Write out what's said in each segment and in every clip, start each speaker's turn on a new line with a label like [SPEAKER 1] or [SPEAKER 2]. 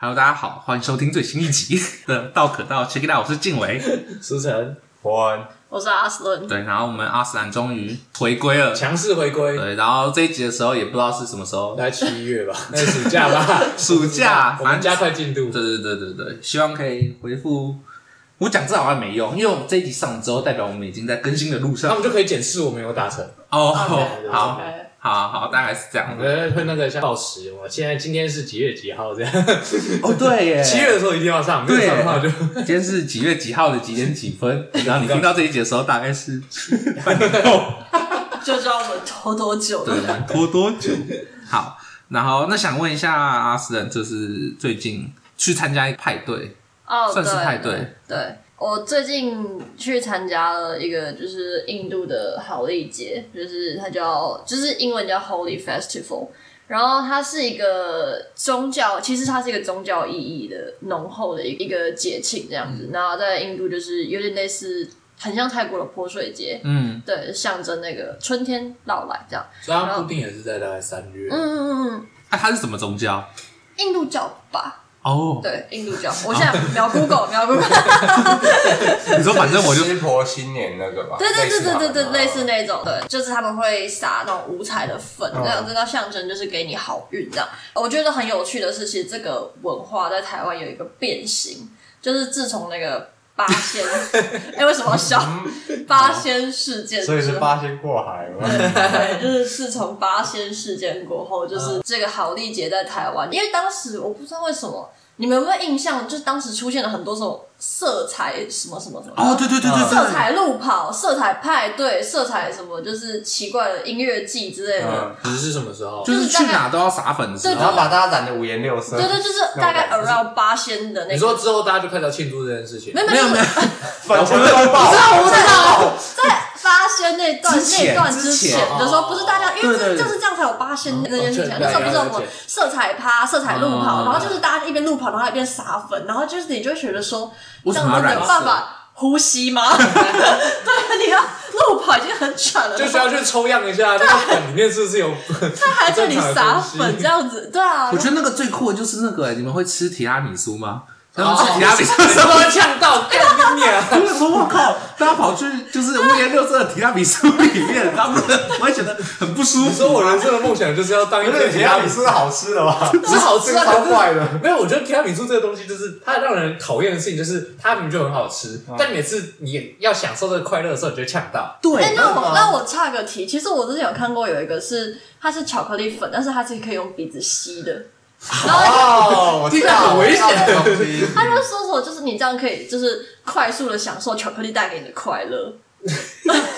[SPEAKER 1] Hello，大家好，欢迎收听最新一集的《道可道 Check It Out》，我是静 伟。
[SPEAKER 2] 思成
[SPEAKER 3] 伯恩，
[SPEAKER 4] 我是阿斯顿，
[SPEAKER 1] 对，然后我们阿斯兰终于回归了。
[SPEAKER 2] 强势回归，
[SPEAKER 1] 对，然后这一集的时候也不知道是什么时候，
[SPEAKER 2] 来七月吧， 那暑假吧，
[SPEAKER 1] 暑假
[SPEAKER 2] 我
[SPEAKER 1] 反
[SPEAKER 2] 们
[SPEAKER 1] 正
[SPEAKER 2] 加快进度。
[SPEAKER 1] 对对对对对，希望可以回复。我讲这好像没用，因为我们这一集上了之后，代表我们已经在更新的路
[SPEAKER 2] 那我
[SPEAKER 1] 上。
[SPEAKER 2] 们就可以检视我们有没有达成，
[SPEAKER 1] 哦，
[SPEAKER 4] OK，
[SPEAKER 1] 好
[SPEAKER 4] OK
[SPEAKER 1] 好好，大概是这样
[SPEAKER 2] 我
[SPEAKER 1] 的。
[SPEAKER 2] 们呃会那个像报时，我现在今天是几月几号这样？
[SPEAKER 1] 哦，对耶，
[SPEAKER 2] 七月的时候一定要上，没有上的话 就
[SPEAKER 1] 今天是几月几号的几点几 分？然后你听到这一集的时候，大概是半年后。
[SPEAKER 4] 就知道我们拖多久
[SPEAKER 1] 对，我
[SPEAKER 4] 了。
[SPEAKER 1] 们拖多久？好，然后那想问一下阿斯人，就是最近去参加一个派对，
[SPEAKER 4] 哦，
[SPEAKER 1] 算是
[SPEAKER 4] 对
[SPEAKER 1] 派对，
[SPEAKER 4] 对，我最近去参加了一个就是印度的好丽节，就是它叫就是英文叫 Holy Festival，然后它是一个宗教，其实它是一个宗教意义的浓厚的一个一个节庆这样
[SPEAKER 1] 嗯
[SPEAKER 4] 子。然后在印度就是有点类似，很像泰国的泼水节，
[SPEAKER 1] 嗯，
[SPEAKER 4] 对，象征那个春天到来这样。
[SPEAKER 2] 所以它固定也是在大概三月。
[SPEAKER 4] 嗯嗯嗯嗯，
[SPEAKER 1] 啊，它是什么宗教？
[SPEAKER 4] 印度教吧。
[SPEAKER 1] 哦，
[SPEAKER 4] 对，印度教。我现
[SPEAKER 3] 啊
[SPEAKER 4] 在秒 Google 秒 Google，
[SPEAKER 1] 你说反正我就
[SPEAKER 3] 湿婆新年那个吧，嗯
[SPEAKER 4] 对对对对对对，类似
[SPEAKER 3] 那
[SPEAKER 4] 那种，对，就是他们会撒那种五彩的粉，
[SPEAKER 3] 嗯
[SPEAKER 4] 这样这道象征就是给你好运这样。我觉得很有趣的是，其实这个文化在台湾有一个变形，就是自从那个八 仙，哎、为什么要笑？八仙事件之
[SPEAKER 3] 嗯所
[SPEAKER 4] 后，
[SPEAKER 3] 以是八仙过海嘛。
[SPEAKER 4] 对，就是自从八仙事件过后，就是这个好丽节在台湾，因为当时我不知道为什么，你们有没有印象？就是当时出现了很多这种色彩什么什么什么。
[SPEAKER 1] 哦，对对对对
[SPEAKER 4] 色
[SPEAKER 1] 对，
[SPEAKER 4] 彩路跑、色彩派对、色彩什么，就是奇怪的音乐季之类的。
[SPEAKER 3] 嗯，
[SPEAKER 2] 只是什么时候？
[SPEAKER 1] 就是去哪都要撒粉丝，
[SPEAKER 4] 对
[SPEAKER 3] 然后把大家染的五颜六色。
[SPEAKER 4] 对对，就是大概
[SPEAKER 3] 那种
[SPEAKER 4] around 八仙的那个。
[SPEAKER 2] 你说之后大家就开始要庆祝这件事情
[SPEAKER 4] 没，有没
[SPEAKER 1] 没
[SPEAKER 4] 有
[SPEAKER 1] 有
[SPEAKER 4] 没
[SPEAKER 1] 没
[SPEAKER 4] 有
[SPEAKER 1] 有，
[SPEAKER 3] 粉红风暴，
[SPEAKER 4] 我不知道，在八仙那段
[SPEAKER 1] 之前
[SPEAKER 4] 那段之
[SPEAKER 1] 之前
[SPEAKER 4] 前的时候，不是大家因
[SPEAKER 1] 对
[SPEAKER 4] 为
[SPEAKER 1] 对
[SPEAKER 4] 这
[SPEAKER 1] 对
[SPEAKER 4] 就是这样才有八仙那件事情啊
[SPEAKER 2] 哦。
[SPEAKER 4] 那时候不是有什
[SPEAKER 2] 对
[SPEAKER 4] 么
[SPEAKER 2] 对对
[SPEAKER 4] 色彩趴、色彩路
[SPEAKER 1] 嗯
[SPEAKER 4] 跑，然后就是大家一边路跑，然后一边撒粉，然后就是你就会觉得说，
[SPEAKER 1] 为
[SPEAKER 4] 这
[SPEAKER 1] 什
[SPEAKER 4] 样
[SPEAKER 1] 么要
[SPEAKER 4] 子
[SPEAKER 1] 染
[SPEAKER 4] 有
[SPEAKER 1] 色
[SPEAKER 4] 办法呼吸吗？对，你要路跑已经很喘了，
[SPEAKER 2] 就需要去抽样一下那个粉里面是不是有
[SPEAKER 4] 他还在这里
[SPEAKER 2] 正常
[SPEAKER 4] 撒
[SPEAKER 2] 的
[SPEAKER 4] 粉
[SPEAKER 2] 呼吸
[SPEAKER 4] 这样子，对啊
[SPEAKER 1] 我，觉得那个最酷的就是那个，你们会吃提拉米苏吗？他
[SPEAKER 2] 哦
[SPEAKER 1] 们吃提拉米苏，
[SPEAKER 2] 什么呛到？干你啊！
[SPEAKER 1] 我说我靠，大家跑去就是五颜六色的提拉米苏里面，他们我会觉得很不舒
[SPEAKER 2] 你说
[SPEAKER 1] 服。
[SPEAKER 2] 我人生的梦想就是要当一
[SPEAKER 3] 有
[SPEAKER 2] 个
[SPEAKER 3] 点提拉米苏是好吃的吧？
[SPEAKER 2] 不是好吃啊，
[SPEAKER 3] 这个超怪的
[SPEAKER 2] 可 是没有，我觉得提拉米苏这个东西，就是它让人讨厌的事情，就是它明明就很好吃，
[SPEAKER 4] 嗯
[SPEAKER 2] 但每次你要享受这个快乐的时候，你就会呛到。
[SPEAKER 1] 对
[SPEAKER 4] 哎、那
[SPEAKER 3] 那个
[SPEAKER 4] 我那我岔个题，其实我之前有看过有一个是它是巧克力粉，但是它是可以用鼻子吸的，然后
[SPEAKER 3] 哦，我知
[SPEAKER 2] 这个
[SPEAKER 3] 道，
[SPEAKER 2] 很危险
[SPEAKER 3] 我知道这个东西。
[SPEAKER 4] 他就说什么就是你这样可以就是快速的享受巧克力带给你的快乐，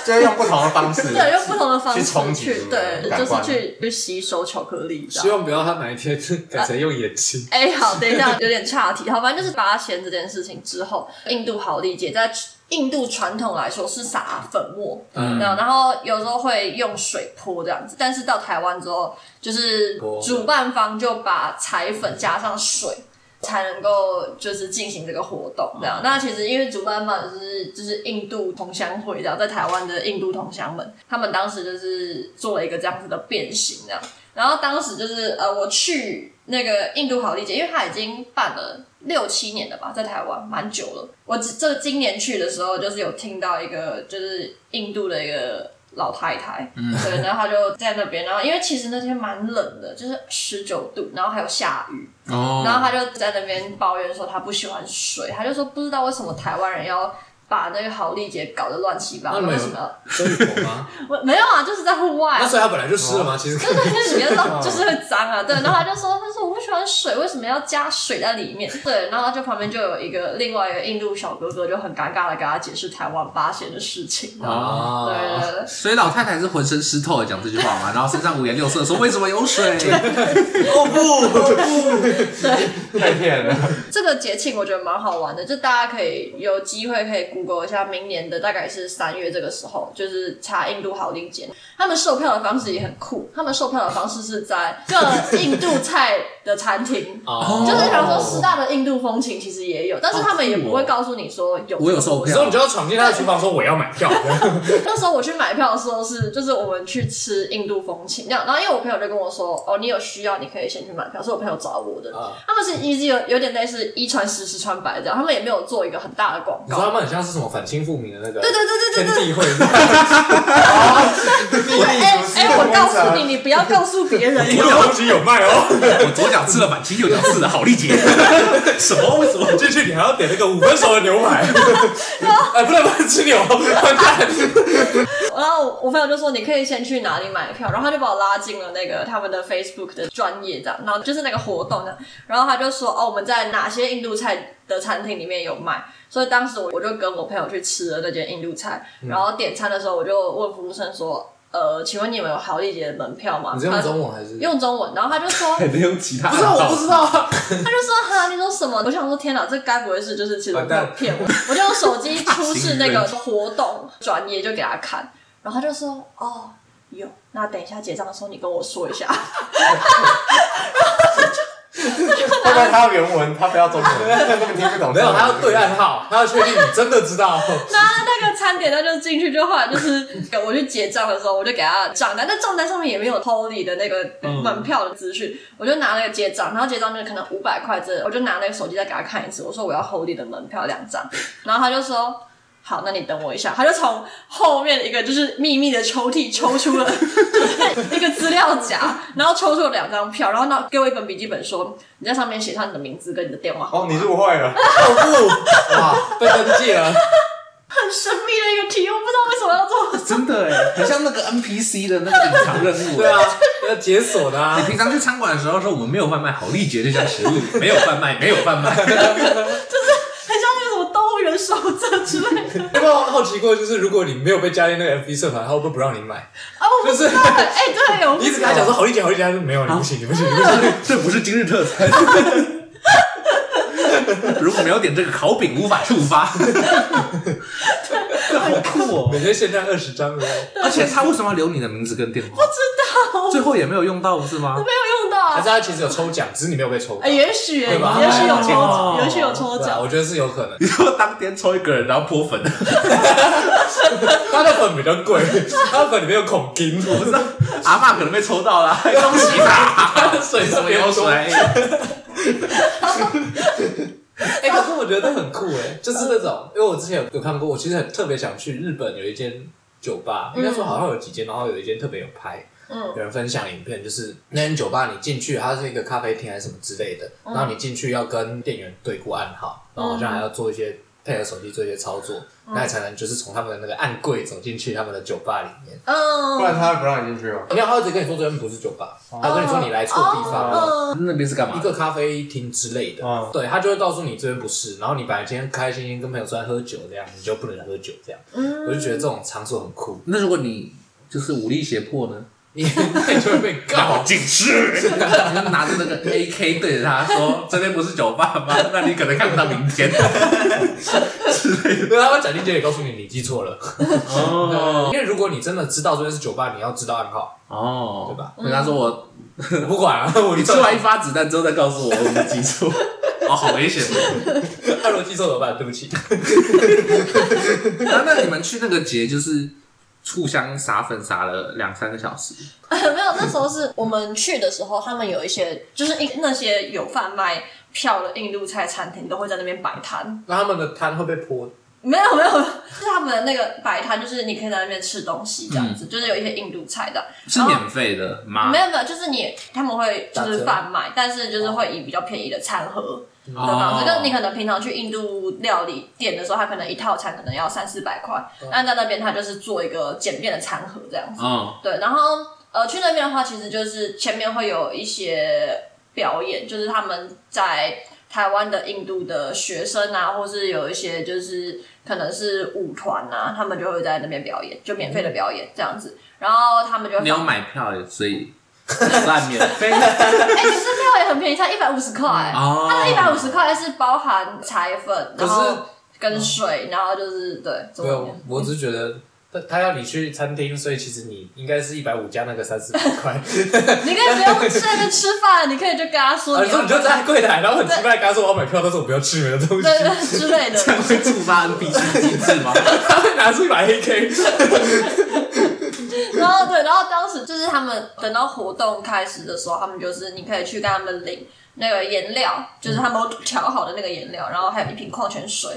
[SPEAKER 3] 就是用不同的方式。
[SPEAKER 4] 对，用不同的方
[SPEAKER 3] 去冲
[SPEAKER 4] 式
[SPEAKER 3] 击
[SPEAKER 4] 去
[SPEAKER 3] 你的
[SPEAKER 4] 对，
[SPEAKER 3] 感
[SPEAKER 4] 就是
[SPEAKER 3] 官
[SPEAKER 4] 去去吸收巧克力这
[SPEAKER 2] 希
[SPEAKER 4] 样。
[SPEAKER 2] 望不要他哪一天改成用眼睛。
[SPEAKER 4] 哎、好，等一下，有点岔题。好，反正就是八仙这件事情之后，印度好理解，在印度传统来说是撒粉末，啊
[SPEAKER 2] 嗯
[SPEAKER 4] 然后然后有时候会用水泼这样子，但是到台湾之后，就是
[SPEAKER 2] 泼
[SPEAKER 4] 主办方就把彩粉加上水。才能够就是进行这个活动这样。
[SPEAKER 2] 嗯
[SPEAKER 4] 那其实因为主办方就是就是印度同乡会这样，在台湾的印度同乡们，他们当时就是做了一个这样子的变形这样。然后当时就是呃，我去那个印度好丽姐，因为他已经办了六七年了吧，在台湾蛮久了。我只这今年去的时候，就是有听到一个就是印度的一个老太太，
[SPEAKER 2] 嗯
[SPEAKER 4] 对，然后她就在那边，然后因为其实那天蛮冷的，就是十九度，然后还有下雨，
[SPEAKER 1] 哦
[SPEAKER 4] 然后他就在那边抱怨说他不喜欢水，他就说不知道为什么台湾人要把那个好丽姐搞得乱七八糟，
[SPEAKER 2] 那没有
[SPEAKER 4] 为什么要？
[SPEAKER 2] 所以我吗？
[SPEAKER 4] 我没有啊，就是在户外、
[SPEAKER 2] 那
[SPEAKER 4] 啊。
[SPEAKER 2] 所以它本来就湿了 吗？其实
[SPEAKER 4] 就是里面都就是会脏啊，对。然后他就说，他说我不喜欢水，为什么要加水在里面？对。然后就旁边就有一个另外一个印度小哥哥，就很尴尬的跟他解释台湾八仙的事情。然后对
[SPEAKER 2] 啊，。
[SPEAKER 4] 对对，
[SPEAKER 1] 所以老太太是浑身湿透的讲这句话嘛，然后身上五颜六色，说为什么有 水？
[SPEAKER 3] 被骗了。
[SPEAKER 4] 这个节庆我觉得蛮好玩的，就大家可以有机会可以 Google 一下，明年的大概是三月这个时候，就是查印度好令节。他们售票的方式也很酷，他们售票的方式是在各印度菜的餐厅
[SPEAKER 2] 哦
[SPEAKER 4] 就是比方说师大的印度风情其实也有，但是他们也不会告诉你说有。
[SPEAKER 1] 我有售
[SPEAKER 2] 所以
[SPEAKER 1] 票
[SPEAKER 2] 你就，要闯进他的厨房说我要买票。
[SPEAKER 4] 那时候我去买票的时候是，就是我们去吃印度风情这样，然后因为我朋友就跟我说，哦，你有需要你可以先去买票，是我朋友找我的。
[SPEAKER 2] 啊。
[SPEAKER 4] 他们是一直有有点类似一传十，十传百这样，他们也没有做一个很大的广
[SPEAKER 2] 你说他
[SPEAKER 4] 告。
[SPEAKER 2] 们很像是什么反清复明的那个
[SPEAKER 4] 对对对对对
[SPEAKER 2] 天
[SPEAKER 4] 对，
[SPEAKER 2] 地会，
[SPEAKER 4] 我哎哎，我告诉你，你不要告诉别 人哟。
[SPEAKER 2] 东西 有卖哦。
[SPEAKER 1] 我左脚吃了满清，右脚吃了好丽姐，什么？为什么？
[SPEAKER 2] 进去你还要点那个五分熟的牛 排，哎，不能不能吃牛，完蛋。
[SPEAKER 4] 然后我朋友就说你可以先去哪里买票，然后他就把我拉进了那个他们的 Facebook 的专业这样，然后就是那个活动的，然后他就说哦我们在哪些印度菜的餐厅里面有卖，所以当时我就跟我朋友去吃了那间印度菜，
[SPEAKER 2] 嗯
[SPEAKER 4] 然后点餐的时候我就问服务生说呃请问你们有豪丽姐的门票吗？
[SPEAKER 2] 你是
[SPEAKER 4] 他
[SPEAKER 2] 用中文还是？
[SPEAKER 4] 用中文，然后他就说
[SPEAKER 1] 还能用其他？
[SPEAKER 2] 不是啊，我不知道啊。
[SPEAKER 4] 他就说哈，你说什么？我想说天哪，这该不会是就是其实我
[SPEAKER 2] 完
[SPEAKER 4] 没
[SPEAKER 2] 蛋
[SPEAKER 4] 有骗我，我就用手机出示那个活动专业就给他看，然后他就说哦有，那等一下结账的时候你跟我说一下。
[SPEAKER 3] 会不会他要原文，他不要中文，他根本听不懂。
[SPEAKER 2] 没有，他要对暗号，他要确定你真的 知道。
[SPEAKER 4] 拿 那个餐点，他就进去，就后来就是我去结账的时候，我就给他账单，那账单上面也没有 Holy 的那个门票的资讯，我就拿那个结账，然后结账就可能五百块这，我就拿那个手机再给他看一次，我说我要 Holy 的门票两张，然后他就说。好，那你等我一下。他就从后面一个就是秘密的抽屉抽出了一个资料夹，然后抽出了两张票，然后呢给我一本笔记本说你在上面写上你的名字跟你的电话号
[SPEAKER 3] 哦，
[SPEAKER 4] 码。
[SPEAKER 3] 你入会
[SPEAKER 4] 嗯
[SPEAKER 3] 了，
[SPEAKER 2] 不，哇，被登记了。
[SPEAKER 4] 很神秘的一个题目，不知道为什么要这么
[SPEAKER 1] 真的哎，很像那个 NPC 的那个隐藏任务。
[SPEAKER 2] 对啊，要解锁的啊
[SPEAKER 1] 你。平常去餐馆的时候说我们没有贩卖好丽姐这项食物，没有贩卖，没有贩卖。
[SPEAKER 4] 很像那个什么动物园守则之类的。
[SPEAKER 2] 有没有好奇过，就是如果你没有被加进那个 FB 社团，他会不会不让你买？
[SPEAKER 4] 啊，我不
[SPEAKER 2] 就是
[SPEAKER 4] 知道，哎、对，我不
[SPEAKER 2] 你一直
[SPEAKER 4] 知
[SPEAKER 2] 跟
[SPEAKER 4] 道
[SPEAKER 2] 他。讲说好一点，好一点，他说没有，你不行，你不行，你不行。
[SPEAKER 1] 这不是今日特 餐。如果没有点这个烤饼，无法触发。 这好酷哦！
[SPEAKER 2] 每天限量二十张哦。
[SPEAKER 1] 而且他为什么要留你的名字跟电话？不知道，最后也没有用到，不是吗？
[SPEAKER 4] 没有用到、
[SPEAKER 2] 还
[SPEAKER 4] 啊
[SPEAKER 2] 是。他其实有抽奖，只是你没有被抽到。
[SPEAKER 4] 哎、也许、哎
[SPEAKER 2] 对吧
[SPEAKER 4] 也许有抽
[SPEAKER 1] 哦
[SPEAKER 4] 奖，也许有抽
[SPEAKER 2] 对啊，
[SPEAKER 4] 奖。
[SPEAKER 2] 我觉得是有可能。
[SPEAKER 1] 你说当天抽一个人，然后泼粉，
[SPEAKER 2] 他的粉比较贵，他的粉里面有孔金，
[SPEAKER 1] 我知道阿嬷可能被抽 到了，恭喜他，
[SPEAKER 2] 他的水
[SPEAKER 1] 什么有水？
[SPEAKER 2] 哎、可是我觉得很酷哎、就是那种，因为我之前有有看过，我其实很特别想去日本有一间酒吧，应该说好像有几间，然后有一间特别有拍，
[SPEAKER 4] 嗯，
[SPEAKER 2] 有人分享影片，就是那间酒吧你进去，它是一个咖啡厅还是什么之类的，
[SPEAKER 4] 嗯
[SPEAKER 2] 然后你进去要跟店员对过暗号，然后好像还要做一些配合手机做一些操作，那你才能就是从他们的那个暗柜走进去他们的酒吧里面。
[SPEAKER 3] 不然
[SPEAKER 4] 嗯，
[SPEAKER 3] 他会不让你进去哦。
[SPEAKER 2] 没有，他会直接跟你说这边不是酒吧，他会跟你说你来错地方了。
[SPEAKER 4] 嗯，
[SPEAKER 1] 那边是干
[SPEAKER 2] 一
[SPEAKER 1] 嘛？
[SPEAKER 2] 个咖啡厅之类的，
[SPEAKER 1] 哦
[SPEAKER 3] 嗯
[SPEAKER 2] 对他就会告诉你这边不是，然后你本来今天开开心心跟朋友出来喝酒这样，你就不能喝酒这样，
[SPEAKER 4] 嗯
[SPEAKER 2] 我就觉得这种场所很酷，
[SPEAKER 1] 那如果你就是武力胁迫呢？
[SPEAKER 2] 你你就会被 告。
[SPEAKER 1] 警示，你就拿着那个 AK 对着他说：“这边不是酒吧吗？ 那你可能看不到明 天。
[SPEAKER 2] 对，他会奖金姐也告诉你你记错了，”
[SPEAKER 1] 哦
[SPEAKER 2] 因为如果你真的知道这边是酒吧，你要知道暗号，
[SPEAKER 1] 哦，
[SPEAKER 2] 对吧
[SPEAKER 1] 我跟他说我
[SPEAKER 2] 我不管啊，我
[SPEAKER 1] 你
[SPEAKER 2] 就
[SPEAKER 1] 吃完一发子弹之后再告诉我，我没记错。 哦，好危险！
[SPEAKER 2] 二楼记错怎么办？对不起，
[SPEAKER 1] 那那你们去那个节就是互相撒粉撒了两三个小时，
[SPEAKER 4] 没有，那时候是我们去的时候，他们有一些就是一那些有贩卖票的印度菜餐厅都会在那边摆摊。
[SPEAKER 2] 那他们的摊会被泼，
[SPEAKER 4] 没有没有，就是他们的那个摆摊，就是你可以在那边吃东西这
[SPEAKER 2] 嗯
[SPEAKER 4] 样子，就是有一些印度菜的。
[SPEAKER 1] 是免费的吗
[SPEAKER 4] 哦没？有没有，就是你他们会就
[SPEAKER 2] 啊打
[SPEAKER 4] 是
[SPEAKER 2] 折
[SPEAKER 4] 贩卖，但是就是会以比较便宜的餐盒的方
[SPEAKER 1] 哦
[SPEAKER 4] 式。就你可能平常去印度料理店的时候，它可能一套餐可能要三四百块，但在那边它就是做一个简便的餐盒这样子。
[SPEAKER 1] 嗯，
[SPEAKER 4] 对，然后呃去那边的话，其实就是前面会有一些表演，就是他们在台湾的印度的学生啊，或是有一些就是可能是舞团啊，他们就会在那边表演，就免费的表演这样子。然后他们就会
[SPEAKER 1] 你有
[SPEAKER 4] 放
[SPEAKER 1] 买票耶，所以那免费
[SPEAKER 4] 哎、可是票也很便宜，才一百五十块。
[SPEAKER 1] 哦
[SPEAKER 4] 它的一百五十块是包含柴粉，
[SPEAKER 2] 可
[SPEAKER 4] 然
[SPEAKER 2] 是
[SPEAKER 4] 后跟水，然后就是对，
[SPEAKER 2] 没
[SPEAKER 4] 怎么
[SPEAKER 2] 有，我只是觉得。他他要你去餐厅，所以其实你应该是一百五加那个三十块，
[SPEAKER 4] 你可以不用吃那个吃饭，你可以就跟他说
[SPEAKER 2] 啊，
[SPEAKER 4] 你
[SPEAKER 2] 你说
[SPEAKER 4] 要
[SPEAKER 2] 你就站在柜台，然后很期待跟他说我要买票，但是我不要吃你们的东西，
[SPEAKER 4] 对对之类的。
[SPEAKER 1] 会触发 NPC 机制吗？
[SPEAKER 2] 他会拿出一把 AK，
[SPEAKER 4] 就是他们等到活动开始的时候，他们就是你可以去跟他们领那个颜料，就是他们调好的那个颜料，然后还有一瓶矿泉水，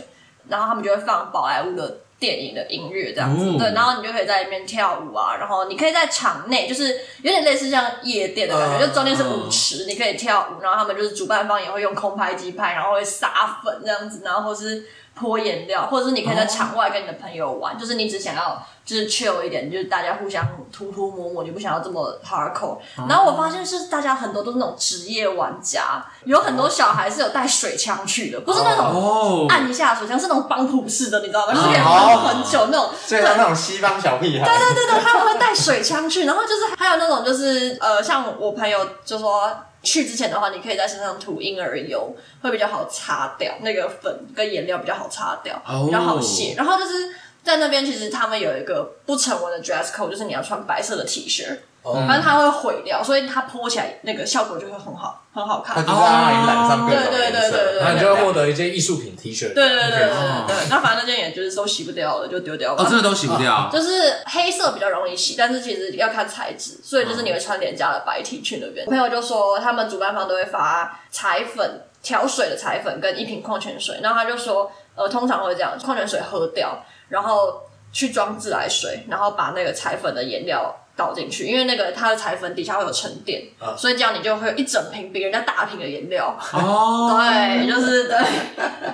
[SPEAKER 4] 然后他们就会放宝莱坞的电影的音乐这样子，
[SPEAKER 1] 哦
[SPEAKER 2] 嗯
[SPEAKER 4] 对，然后你就可以在里面跳舞啊，然后你可以在场内，就是有点类似像夜店的感觉，
[SPEAKER 2] 嗯
[SPEAKER 4] 就中间是舞池，你可以跳舞，然后他们就是主办方也会用空拍机拍，然后会撒粉这样子，然后或是泼颜料，或者是你可以在场外跟你的朋友玩，就是你只想要就是 chill 一点，就是大家互相涂涂抹抹，你不想要这么 hardcore。然后我发现是大家很多都是那种职业玩家，有很多小孩是有带水枪去的，不是那种
[SPEAKER 1] 哦，
[SPEAKER 4] 按一下水枪，是那种帮普式的，你知道吗？就是可以帮很久那种。
[SPEAKER 3] 所以像那种西方小屁孩，
[SPEAKER 4] 对对对，他们会带水枪去，然后就是还有那种就是呃，像我朋友就说。去之前的话，你可以在身上涂婴儿油，会比较好擦掉那个粉跟颜料比较好擦掉
[SPEAKER 1] 哦
[SPEAKER 4] 比较好卸。然后就是在那边，其实他们有一个不成文的 dress code，就是你要穿白色的 T 恤，
[SPEAKER 2] 哦
[SPEAKER 4] 反正它会毁掉，所以它泼起来那个效果就会很好，很好
[SPEAKER 3] 他
[SPEAKER 4] 看
[SPEAKER 3] 就。是让你染上各
[SPEAKER 4] 对
[SPEAKER 3] 种
[SPEAKER 4] 哦对对
[SPEAKER 3] 颜
[SPEAKER 4] 对对
[SPEAKER 3] 色。
[SPEAKER 2] 然后
[SPEAKER 4] 对
[SPEAKER 2] 你就会获得一件艺术品 T 恤。
[SPEAKER 4] 对对对对对
[SPEAKER 1] 哦
[SPEAKER 4] 对。那反正那件也就是都洗不掉了，就丢掉吧
[SPEAKER 1] 哦，。真的都洗不掉。
[SPEAKER 4] 啊就是黑色比较容易洗，但是其实要看材质，所以就是你会穿廉价的白 T 去那边。我朋友就说，他们主办方都会发彩粉、调水的彩粉跟一瓶矿泉水，然后他就说，呃，通常会这样，矿泉水喝掉，然后去装自来水，然后把那个彩粉的颜料。倒进去，因为那个它的彩粉底下会有沉淀，
[SPEAKER 2] 啊
[SPEAKER 4] 所以这样你就会有一整瓶比人家大瓶的颜料，
[SPEAKER 1] 哦，
[SPEAKER 4] 对，就是对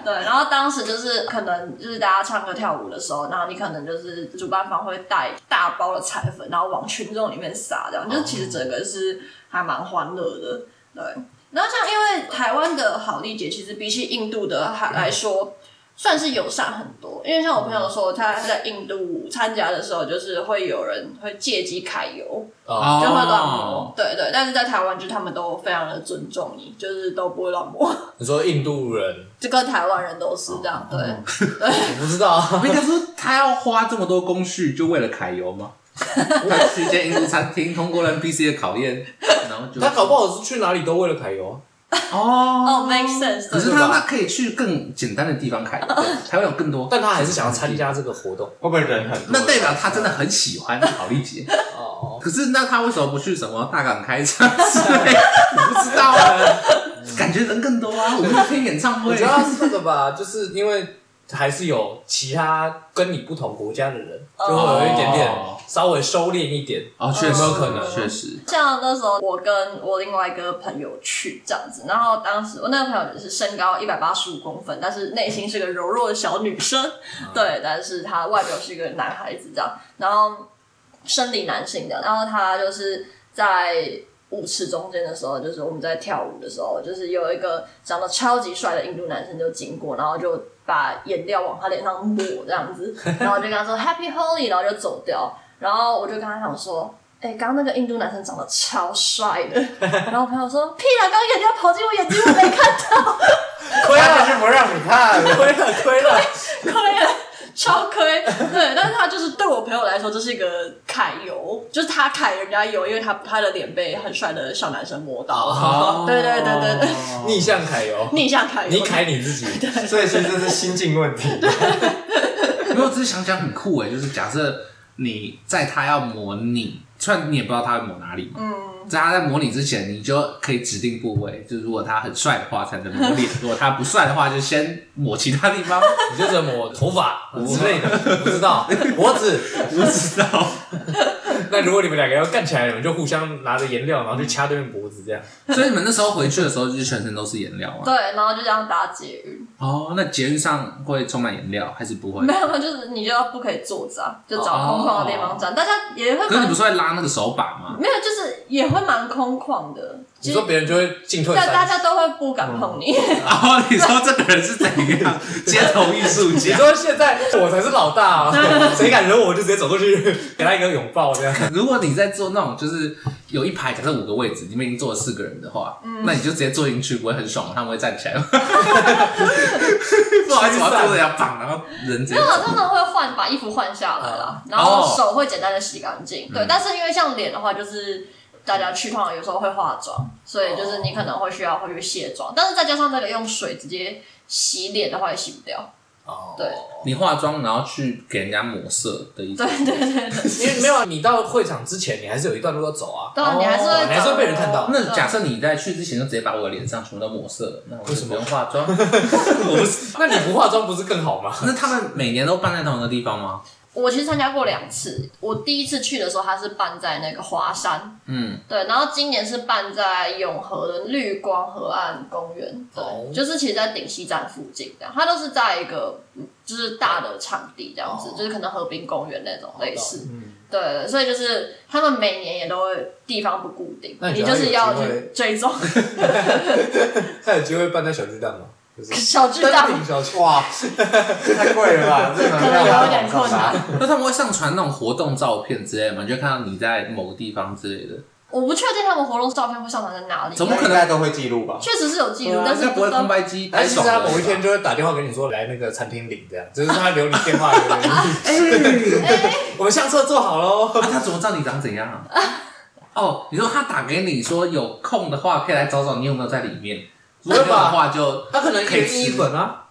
[SPEAKER 4] 对。然后当时就是可能就是大家唱歌跳舞的时候，然后你可能就是主办方会带大包的彩粉，然后往群众里面撒，这样就是其实整个是还蛮欢乐的，对。然后像因为台湾的好丽姐，其实比起印度的还来说。算是友善很多，因为像我朋友说，他在印度参加的时候，就是会有人会借机揩油，
[SPEAKER 2] 哦，
[SPEAKER 4] 就会乱
[SPEAKER 1] 哦
[SPEAKER 4] 摸，，对对。但是在台湾，就是他们都非常的尊重你，就是都不会乱摸。
[SPEAKER 2] 你说印度人，
[SPEAKER 4] 这个台湾人都
[SPEAKER 1] 哦
[SPEAKER 4] 是这样，对，
[SPEAKER 2] 我不知道啊，
[SPEAKER 1] 我应该说他要花这么多工序，就为了揩油吗？他去一间印度餐厅，通过了 NPC 的考验，然后就
[SPEAKER 2] 他搞不好是去哪里都为了揩油啊。
[SPEAKER 1] 哦
[SPEAKER 4] 哦，make sense，
[SPEAKER 1] 可是
[SPEAKER 4] 对
[SPEAKER 1] 他
[SPEAKER 2] 吧
[SPEAKER 1] 那可以去更简单的地方揩油，才会有更多。
[SPEAKER 2] 但他还是想要参加这个活动。
[SPEAKER 3] 会不会人很多？
[SPEAKER 1] 那代表他真的很喜欢好丽姐。
[SPEAKER 2] 哦，
[SPEAKER 1] 可是那他为什么不去什么大港开唱之类的？我不知道啊，感觉人更多啊，我们去听演唱
[SPEAKER 2] 我
[SPEAKER 1] 会
[SPEAKER 2] 觉。得他是这个吧， 就是因为还是有其他跟你不同国家的人，就会有一点点
[SPEAKER 1] 哦
[SPEAKER 2] 稍微收敛一点。
[SPEAKER 1] 哦，确实
[SPEAKER 2] 有没有可能
[SPEAKER 1] 确实，
[SPEAKER 4] 像那时候我跟我另外一个朋友去这样子，然后当时我那个朋友就是身高一百八十五公分，但是内心是个柔弱的小女生，
[SPEAKER 1] 啊
[SPEAKER 4] 对，但是她外表是一个男孩子这样，然后生理男性的，然后她就是在。舞池中间的时候，就是我们在跳舞的时候，就是有一个长得超级帅的印度男生就经过，然后就把颜料往他脸上抹这样子，然后就跟他说 Happy Holy，然后就走掉。然后我就跟他讲说，哎、刚刚那个印度男生长得超帅的。然后我朋友说，屁啦，刚刚眼睛跑进我眼睛，我没看
[SPEAKER 3] 亏了就不让你看，
[SPEAKER 2] 亏了，亏了。
[SPEAKER 4] 亏了，超亏。对，但是他就是对我朋友来说，这是一个揩油，就是他揩人家油，因为他他的脸被很帅的小男生摸到了。
[SPEAKER 1] 哦
[SPEAKER 4] 对对对对对，
[SPEAKER 2] 逆向揩油，
[SPEAKER 4] 逆向揩油，
[SPEAKER 2] 你揩你自己。
[SPEAKER 3] 所以其实这是心境问题。
[SPEAKER 1] 因为我只是想想很酷哎，就是假设你在他要模拟，虽然你也不知道他会抹哪里嘛，嗯，在他在模拟之前，你就可以指定部位，就是如果他很帅的话才能抹脸，如果他不帅的话就先抹其他地 方，
[SPEAKER 2] 你就怎么头 发之类的，不知道脖子。
[SPEAKER 1] 我不知道。
[SPEAKER 2] 那如果你们两个要干起来，你们就互相拿着颜料，然后去掐对面脖子，这样。
[SPEAKER 1] 所以你们那时候回去的时候，就是全身都是颜料啊嘛？
[SPEAKER 4] 对，然后就这样打捷运，
[SPEAKER 1] 哦，那捷运上会充满颜料还是不会？
[SPEAKER 4] 没有，没有，就是你就要不可以坐着啊，就找空旷的地方站。大家也会
[SPEAKER 1] 哦可是你
[SPEAKER 4] 蛮
[SPEAKER 1] 不是会拉那个手把吗？
[SPEAKER 4] 没有，就是也会蛮空旷的。
[SPEAKER 2] 你
[SPEAKER 4] 其实
[SPEAKER 2] 说别人就会进退
[SPEAKER 4] 大大
[SPEAKER 2] 三尺。
[SPEAKER 4] 家都会不敢碰你，
[SPEAKER 1] 然后你说这个人是怎样街头艺术
[SPEAKER 2] 你
[SPEAKER 1] 家？
[SPEAKER 2] 说现在我才是老大、 啊，谁敢惹我，我就直接走过去给他一个拥抱，这样。
[SPEAKER 1] 如果你在做那种就是有一排假设五个位置，你们已经坐了四个人的话，那你就直接坐进去，不会很爽吗？他们会站起来吗？不好意思，我要坐着要绑，然后人直接
[SPEAKER 4] 没有，他们会换把衣服换下来啦，
[SPEAKER 1] 嗯
[SPEAKER 4] 然后
[SPEAKER 1] 哦
[SPEAKER 4] 手会简单的洗干净。对，但是因为像脸的话，就是大家去通常有时候会化妆，所以就是你可能会需要会去卸妆，但是再加上那个用水直接洗脸的话也洗不掉。
[SPEAKER 2] 哦，
[SPEAKER 4] 对
[SPEAKER 1] 你化妆然后去给人家抹色的意思
[SPEAKER 4] 对。对对对，
[SPEAKER 2] 因为没有啊你到会场之前，你还是有一段路要走啊。
[SPEAKER 4] 当然你还是会
[SPEAKER 2] 哦你还是会被人看 到
[SPEAKER 4] 找
[SPEAKER 1] 那假设你在去之前就直接把我的脸上全部都抹色了，那我就
[SPEAKER 2] 为什
[SPEAKER 1] 不
[SPEAKER 2] 么
[SPEAKER 1] 用化妆？
[SPEAKER 2] 那你不化妆不是更好吗？
[SPEAKER 1] 那他们每年都办在同一个地方吗？
[SPEAKER 4] 我其实参加过两次，我第一次去的时候，它是办在那个华山，
[SPEAKER 1] 嗯，
[SPEAKER 4] 对，然后今年是办在永和的绿光河岸公园，对，
[SPEAKER 2] 哦
[SPEAKER 4] 就是其实，在顶溪站附近这样，它都是在一个嗯就是大的场地这样子，
[SPEAKER 2] 哦
[SPEAKER 4] 就是可能河滨公园那种类似，
[SPEAKER 2] 嗯，
[SPEAKER 4] 对对，所以就是他们每年也都会地方不固定，
[SPEAKER 2] 那你
[SPEAKER 4] 你
[SPEAKER 2] 觉得
[SPEAKER 4] 就是要
[SPEAKER 2] 有机会
[SPEAKER 4] 去 追踪
[SPEAKER 2] 他有机会办在小巨蛋吗？就是
[SPEAKER 4] 小巨
[SPEAKER 2] 登
[SPEAKER 4] 蛋，
[SPEAKER 2] 顶小巨
[SPEAKER 3] 哇，这太贵了吧？这
[SPEAKER 4] 可能有一点困难。
[SPEAKER 1] 那他们会上传那种活动照片之类的吗？你就看到你在某个地方之类的，
[SPEAKER 4] 我不确定他们活动照片会上传在哪里，
[SPEAKER 1] 怎么可能啊
[SPEAKER 3] 应该都会记录吧？
[SPEAKER 4] 确实是有记录，
[SPEAKER 1] 应
[SPEAKER 4] 但是
[SPEAKER 1] 该不会
[SPEAKER 4] 知道
[SPEAKER 1] 空白机
[SPEAKER 2] 但
[SPEAKER 1] 太
[SPEAKER 2] 哎其实
[SPEAKER 1] 爽
[SPEAKER 2] 他
[SPEAKER 1] 了。
[SPEAKER 2] 某一天就会打电话跟你说来那个餐厅领这样，只是他留你电话留言。
[SPEAKER 4] 哎
[SPEAKER 2] 我们相册做好喽。
[SPEAKER 1] 啊，他怎么知道你长怎样啊？哦，你说他打给你说有空的话，可以来找找你有没有在里面。如果没有的话就
[SPEAKER 2] 他可能
[SPEAKER 1] 可以吃
[SPEAKER 2] 印一本啊，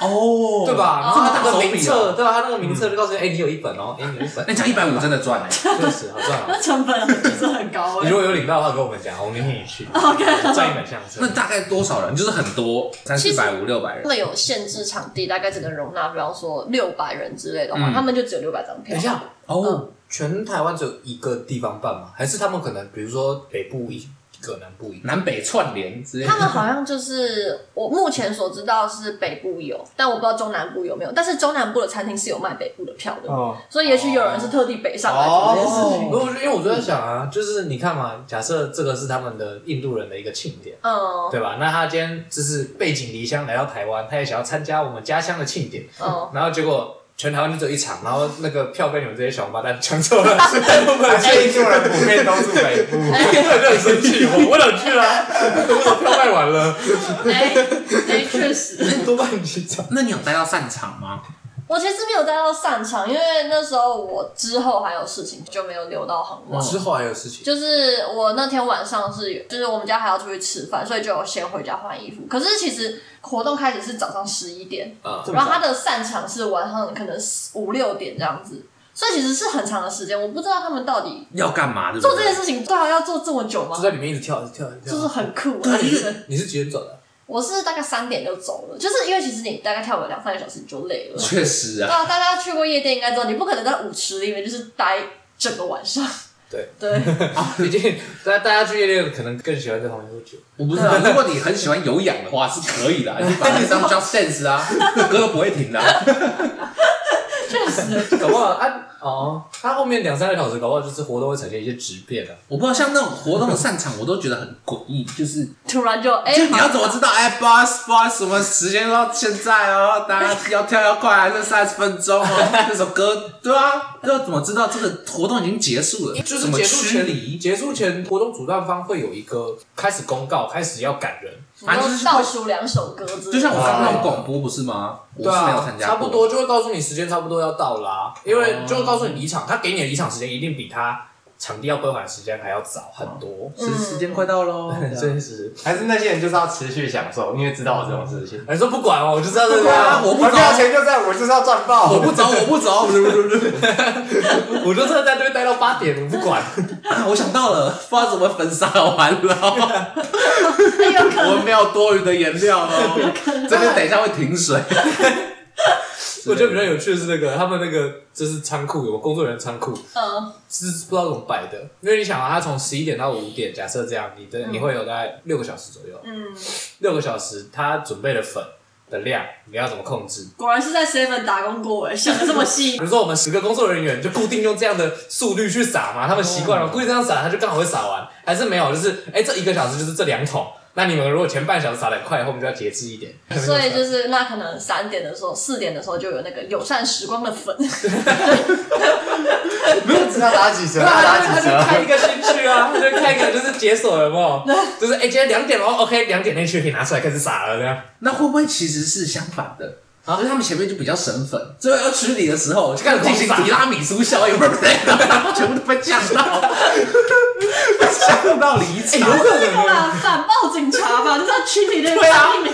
[SPEAKER 1] 哦，
[SPEAKER 2] 对？吧？
[SPEAKER 4] 哦
[SPEAKER 2] 这么大啊个
[SPEAKER 1] 手
[SPEAKER 2] 名册，对吧？他那个名册就告诉你，哎，你有一本哦，哎，你有一本
[SPEAKER 1] 那，讲一百五真的赚哎、
[SPEAKER 2] 确实好赚啊。
[SPEAKER 4] 那成本其实很高欸
[SPEAKER 2] 你如果有领到的话，跟我们讲，我们明天 一起去
[SPEAKER 4] OK
[SPEAKER 2] 赚一本相册
[SPEAKER 1] 那。大概多少人？就是很多，三
[SPEAKER 4] 其
[SPEAKER 1] 四
[SPEAKER 4] 实
[SPEAKER 1] 百、五六百人
[SPEAKER 2] 嗯
[SPEAKER 4] 真。的有限制场地，大概只能容纳，比方说六百人之类的话，
[SPEAKER 1] 嗯
[SPEAKER 4] 他们就只有六百张票。
[SPEAKER 2] 等一下，
[SPEAKER 1] 哦，
[SPEAKER 2] 全台湾只有一个地方办吗？还是他们可能比如说北部一个，南部一个？
[SPEAKER 1] 南北串联之类
[SPEAKER 4] 他
[SPEAKER 1] 的。
[SPEAKER 4] 们好像就是我目前所知道是北部有，但我不知道中南部有没有。但是中南部的餐厅是有卖北部的票的，
[SPEAKER 3] 哦，
[SPEAKER 4] 所以也许有人是特地北上来
[SPEAKER 2] 哦
[SPEAKER 4] 做这件事
[SPEAKER 1] 哦
[SPEAKER 4] 情。
[SPEAKER 2] 不过我就因为我就在想啊，就是你看嘛，假设这个是他们的印度人的一个庆典，
[SPEAKER 4] 嗯
[SPEAKER 2] 对吧？那他今天就是背井离乡来到台湾，他也想要参加我们家乡的庆典，
[SPEAKER 4] 嗯，
[SPEAKER 2] 然后结果全台湾就只有一场，然后那个票被你们这些小王八蛋抢走了，我本来
[SPEAKER 3] 而且印度人普遍都住北部，
[SPEAKER 2] 我就很生气，我我想去啊，我怎么票卖完了？
[SPEAKER 4] 哎哎，确实。
[SPEAKER 2] 多办几场。
[SPEAKER 1] 那你有待到散场吗？
[SPEAKER 4] 我其实没有待到散场，因为那时候我之后还有事情，就没有留到很晚。
[SPEAKER 2] 之后还啊有事情，
[SPEAKER 4] 就是我那天晚上是有，就是我们家还要出去吃饭，所以就先回家换衣服。可是其实活动开始是早上十一点，
[SPEAKER 2] 啊
[SPEAKER 3] 这么
[SPEAKER 4] 然后
[SPEAKER 3] 早
[SPEAKER 4] 他的散场是晚上可能五六点这样子，所以其实是很长的时间。我不知道他们到底
[SPEAKER 1] 要干嘛？对不
[SPEAKER 4] 做这
[SPEAKER 1] 对？
[SPEAKER 4] 件事情，对啊，要做这么久吗
[SPEAKER 2] 就？在里面一直跳，一直跳，一直
[SPEAKER 4] 就
[SPEAKER 2] 跳。
[SPEAKER 4] 是很酷啊！
[SPEAKER 2] 那你
[SPEAKER 4] 就是
[SPEAKER 2] 是你是几点走的？
[SPEAKER 4] 我是大概三点就走了，就是因为其实你大概跳个两三个小时你就累了。
[SPEAKER 1] 确实
[SPEAKER 4] 对
[SPEAKER 1] 啊，
[SPEAKER 4] 啊，大家去过夜店应该知道，你不可能在舞池里面就是待整个晚上。
[SPEAKER 2] 对
[SPEAKER 4] 对，
[SPEAKER 2] 毕竟大家大家去夜店可能更喜欢在旁边喝酒。
[SPEAKER 1] 我不知
[SPEAKER 2] 啊
[SPEAKER 1] 道。如果你很喜欢有氧 的话，是可以的啊，你把那张 Just Dance 啊，歌不会停的啊。
[SPEAKER 4] 确实。
[SPEAKER 2] 搞不好啊哦，他后面两三个小时，搞不好就是活动会呈现一些质变啊。
[SPEAKER 1] 我不知道，像那种活动的散场，我都觉得很诡异，就是
[SPEAKER 4] 突然就哎，
[SPEAKER 1] 就你要怎么
[SPEAKER 4] 好
[SPEAKER 1] 知道？哎，boss boss，什么时间到现在哦？大家要跳要快，还剩三十分钟哦。 这首歌，对啊，要怎么知道这个活动已经结束了？
[SPEAKER 2] 哎就
[SPEAKER 1] 怎
[SPEAKER 2] 是
[SPEAKER 1] 么
[SPEAKER 2] 结束
[SPEAKER 1] 驱
[SPEAKER 2] 前，
[SPEAKER 1] 离？
[SPEAKER 2] 结束前活动主办方会有一个开始公告，开始要赶人。
[SPEAKER 1] 反正就是
[SPEAKER 4] 倒数两首歌之类的，
[SPEAKER 1] 就像我刚刚
[SPEAKER 3] 哦
[SPEAKER 1] 广播不是吗？我
[SPEAKER 2] 对
[SPEAKER 1] 是没有
[SPEAKER 2] 啊
[SPEAKER 1] 参，加
[SPEAKER 2] 差
[SPEAKER 1] 过哦
[SPEAKER 2] 不多就会告诉你时间差不多要到啦、因为就会告诉你离场，他给你的离场时间一定比他场地要归还的时间还要早很多。
[SPEAKER 1] 时时间快到啊喽。
[SPEAKER 2] 真是，
[SPEAKER 3] 还是那些人就是要持续享受，因为知道有这种事情。
[SPEAKER 2] 你说不管哦，我就知道这
[SPEAKER 1] 对啊
[SPEAKER 2] 个，
[SPEAKER 1] 我不
[SPEAKER 3] 我
[SPEAKER 1] 走
[SPEAKER 3] 要钱就在，我就是要赚爆。
[SPEAKER 1] 我不走，我不走， 不是不是不是
[SPEAKER 2] 我就真的在那边待到八点，我 不管。
[SPEAKER 1] 啊！我想到了，不知道怎么焚烧完了，
[SPEAKER 4] 哎 有可能
[SPEAKER 1] 我们没有多余的颜料喽。这边等一下会停水。
[SPEAKER 2] 我觉得比较有趣的是那个他们那个就是仓库，有个工作人员仓库，
[SPEAKER 4] 嗯，
[SPEAKER 2] 是不知道怎么摆的，因为你想啊，他从十一点到五点，假设这样，你的
[SPEAKER 1] 嗯
[SPEAKER 2] 你会有大概六个小时左右，
[SPEAKER 4] 嗯，
[SPEAKER 2] 六个小时他准备的粉的量，你要怎么控制？
[SPEAKER 4] 果然是在 Seven 打工过哎，想的这么
[SPEAKER 2] 比
[SPEAKER 4] 细。
[SPEAKER 2] 如说我们十个工作人员就固定用这样的速率去撒嘛，他们习惯了，故意这样撒，他就刚好会撒完，还是没有，就是哎、这一个小时就是这两桶，那你们如果前半小时撒的快，后面就要节制一点。
[SPEAKER 4] 所以就是那可能三点的时候、四点的时候就有那个友善时光的粉，
[SPEAKER 3] 没有知道打几 折，
[SPEAKER 2] 对啊，
[SPEAKER 3] 打
[SPEAKER 2] 他
[SPEAKER 3] 几
[SPEAKER 2] 就
[SPEAKER 3] 折。
[SPEAKER 2] 开一个新区啊，他就开一个就是解锁了嘛，就是哎、今天两点哦，OK，两点那区可以拿出来开始撒了这样。
[SPEAKER 1] 那会不会其实是相反的？啊，就是他们前面就比较省粉，最后要吃你的时候，就开始进行提拉米苏效应，不是不是， 全部都被呛到，被呛到离
[SPEAKER 2] 哎、
[SPEAKER 1] 场。
[SPEAKER 2] 有可能
[SPEAKER 4] 啊干嘛反报警察吧？就在群里那个
[SPEAKER 1] 对啊
[SPEAKER 4] 反应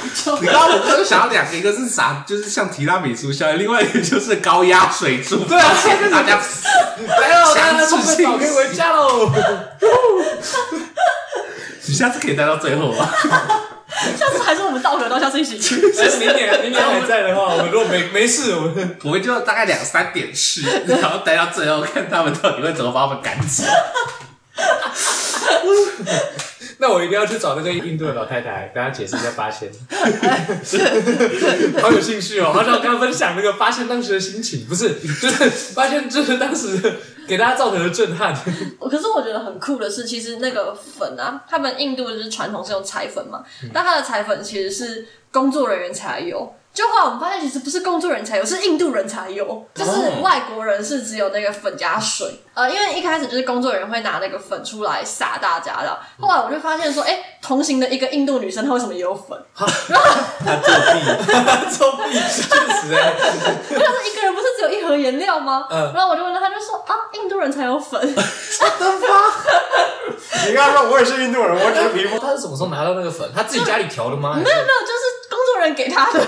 [SPEAKER 2] 重
[SPEAKER 1] 你。刚刚我就想要两个，一个是啥，就是像提拉米苏效应，另外一个就是高压水柱，
[SPEAKER 2] 对啊
[SPEAKER 1] 现 在大家
[SPEAKER 2] 来了，大
[SPEAKER 1] 强
[SPEAKER 2] 家
[SPEAKER 1] 制
[SPEAKER 2] 冲个澡可以回家 喽。
[SPEAKER 1] 你下次可以待到最后啊。
[SPEAKER 4] 下次还是我们倒流到下次一起去。
[SPEAKER 2] 但是明年明年还在的话，我们如果没没事，我们
[SPEAKER 1] 我们就大概两三点去，然后待到最后，看他们到底会怎么把我们赶走。
[SPEAKER 2] 那我一定要去找那个印度的老太太，跟她解释一下八 仙。好有兴趣哦，好想跟她分享那个八仙当时的心情，不是，就是八仙就是当时的给大家造成的震撼。
[SPEAKER 4] 我可是我觉得很酷的是，其实那个粉啊，他们印度就是传统是用彩粉嘛，但它的彩粉其实是工作人员才有。就后来我们发现，其实不是工作人员才有，是印度人才有，就是外国人是只有那个粉加水。呃，因为一开始就是工作人员会拿那个粉出来撒大家的，后来我就发现说，哎、同行的一个印度女生她为什么也有 粉？
[SPEAKER 3] 他作弊，
[SPEAKER 2] 作弊，确实哎，
[SPEAKER 4] 我想说一个人不是只有一盒颜料吗？
[SPEAKER 2] 嗯
[SPEAKER 4] 然后我就问他，他就说啊，印度人才有粉。
[SPEAKER 3] 你刚刚说我也是印度人，我只是皮肤。
[SPEAKER 2] 他是什么时候拿到那个粉？他自己家里调的吗？
[SPEAKER 4] 没有没有，就是工作人员给他 的。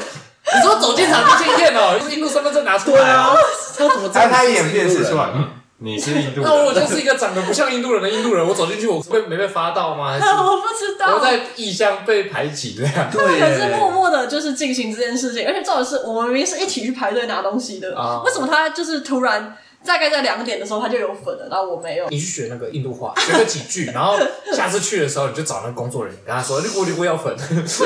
[SPEAKER 2] 你说走进场就进店哦，就是印度身份证拿出来
[SPEAKER 4] 啊
[SPEAKER 1] 啊
[SPEAKER 2] 哦。
[SPEAKER 1] 他怎么
[SPEAKER 3] 但啊他演辨识出来，嗯你是印度
[SPEAKER 2] 那我
[SPEAKER 3] 人。
[SPEAKER 2] 就是一个长得不像印度人的印度人，我走进去我被没被发到吗？还是
[SPEAKER 4] 我不知道，
[SPEAKER 2] 我在异乡被排挤这样？
[SPEAKER 4] 他们可是默
[SPEAKER 1] 耶
[SPEAKER 4] 默的，就是进行这件事情，而且重点是我们明明是一起去排队拿东西的，
[SPEAKER 2] 啊
[SPEAKER 4] 为什么他就是突然大概在两点的时候他就有粉了，然后我没有？
[SPEAKER 2] 你去学那个印度话，学个几句，然后下次去的时候你就找那个工作人员，跟他说：“我我要粉，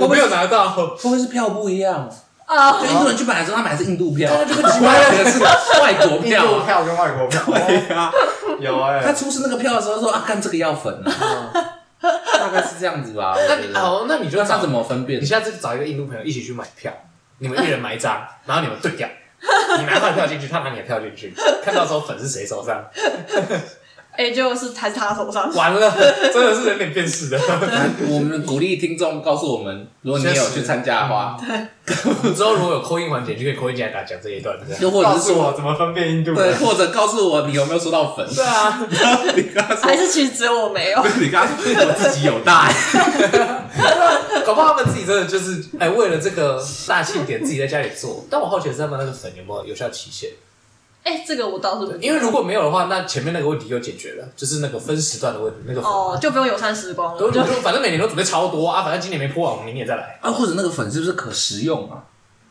[SPEAKER 2] 我没有拿到。
[SPEAKER 1] 会不会是票不一样？
[SPEAKER 4] 啊
[SPEAKER 1] 就，印度人去买的时候，他买的是印度票，啊
[SPEAKER 2] 这个奇怪
[SPEAKER 1] 外个是外国
[SPEAKER 3] 印
[SPEAKER 1] 票
[SPEAKER 3] 度
[SPEAKER 1] 啊。
[SPEAKER 3] 票跟外国 票
[SPEAKER 1] 对呀，
[SPEAKER 3] 有哎、
[SPEAKER 1] 他出示那个票的时候说啊，干这个要粉啊， 大概是这样子吧。我
[SPEAKER 2] 那
[SPEAKER 1] 觉
[SPEAKER 2] 你
[SPEAKER 1] 得
[SPEAKER 2] 好，那你就
[SPEAKER 1] 那他
[SPEAKER 2] 找
[SPEAKER 1] 怎么分辨
[SPEAKER 2] 你？下次找一个印度朋友一起去买票，你们一人买一张，然后你们对调，你拿他的票进去，他拿你的票进去，看到时候粉是谁手上，
[SPEAKER 4] 哎、就是还是他手上。
[SPEAKER 2] 完了，真的是人脸辨识的。
[SPEAKER 1] 我们鼓励听众告诉我们，如果你
[SPEAKER 2] 确
[SPEAKER 1] 有
[SPEAKER 2] 实
[SPEAKER 1] 去参加的话，
[SPEAKER 2] 之后如果有扣印环节，就可以扣印进来打讲这一段，这样。
[SPEAKER 1] 又或
[SPEAKER 3] 告
[SPEAKER 1] 者是
[SPEAKER 3] 诉我
[SPEAKER 1] 说，
[SPEAKER 3] 怎么分辨印度
[SPEAKER 1] 对，
[SPEAKER 3] 人。
[SPEAKER 1] 或者告诉我你有没有收到 粉。
[SPEAKER 2] 对啊，
[SPEAKER 1] 你跟他说
[SPEAKER 4] 还，是其实只有我 没有，
[SPEAKER 1] 你刚刚我自己有大，
[SPEAKER 2] 搞不好他们自己真的就是哎、为了这个大庆典自己在家里做。但我好奇的是他们那个粉有没有有效期限？
[SPEAKER 4] 哎、这个我倒是不知道
[SPEAKER 2] 因为如果没有的话，那前面那个问题就解决了，就是那个分时段的问题，那个粉。
[SPEAKER 4] 哦，就不用友善时光
[SPEAKER 2] 我就
[SPEAKER 4] 了，
[SPEAKER 2] 就反正每年都准备超多啊，反正今年没破完，我们明年再来。
[SPEAKER 1] 啊，或者那个粉是不是可食用啊？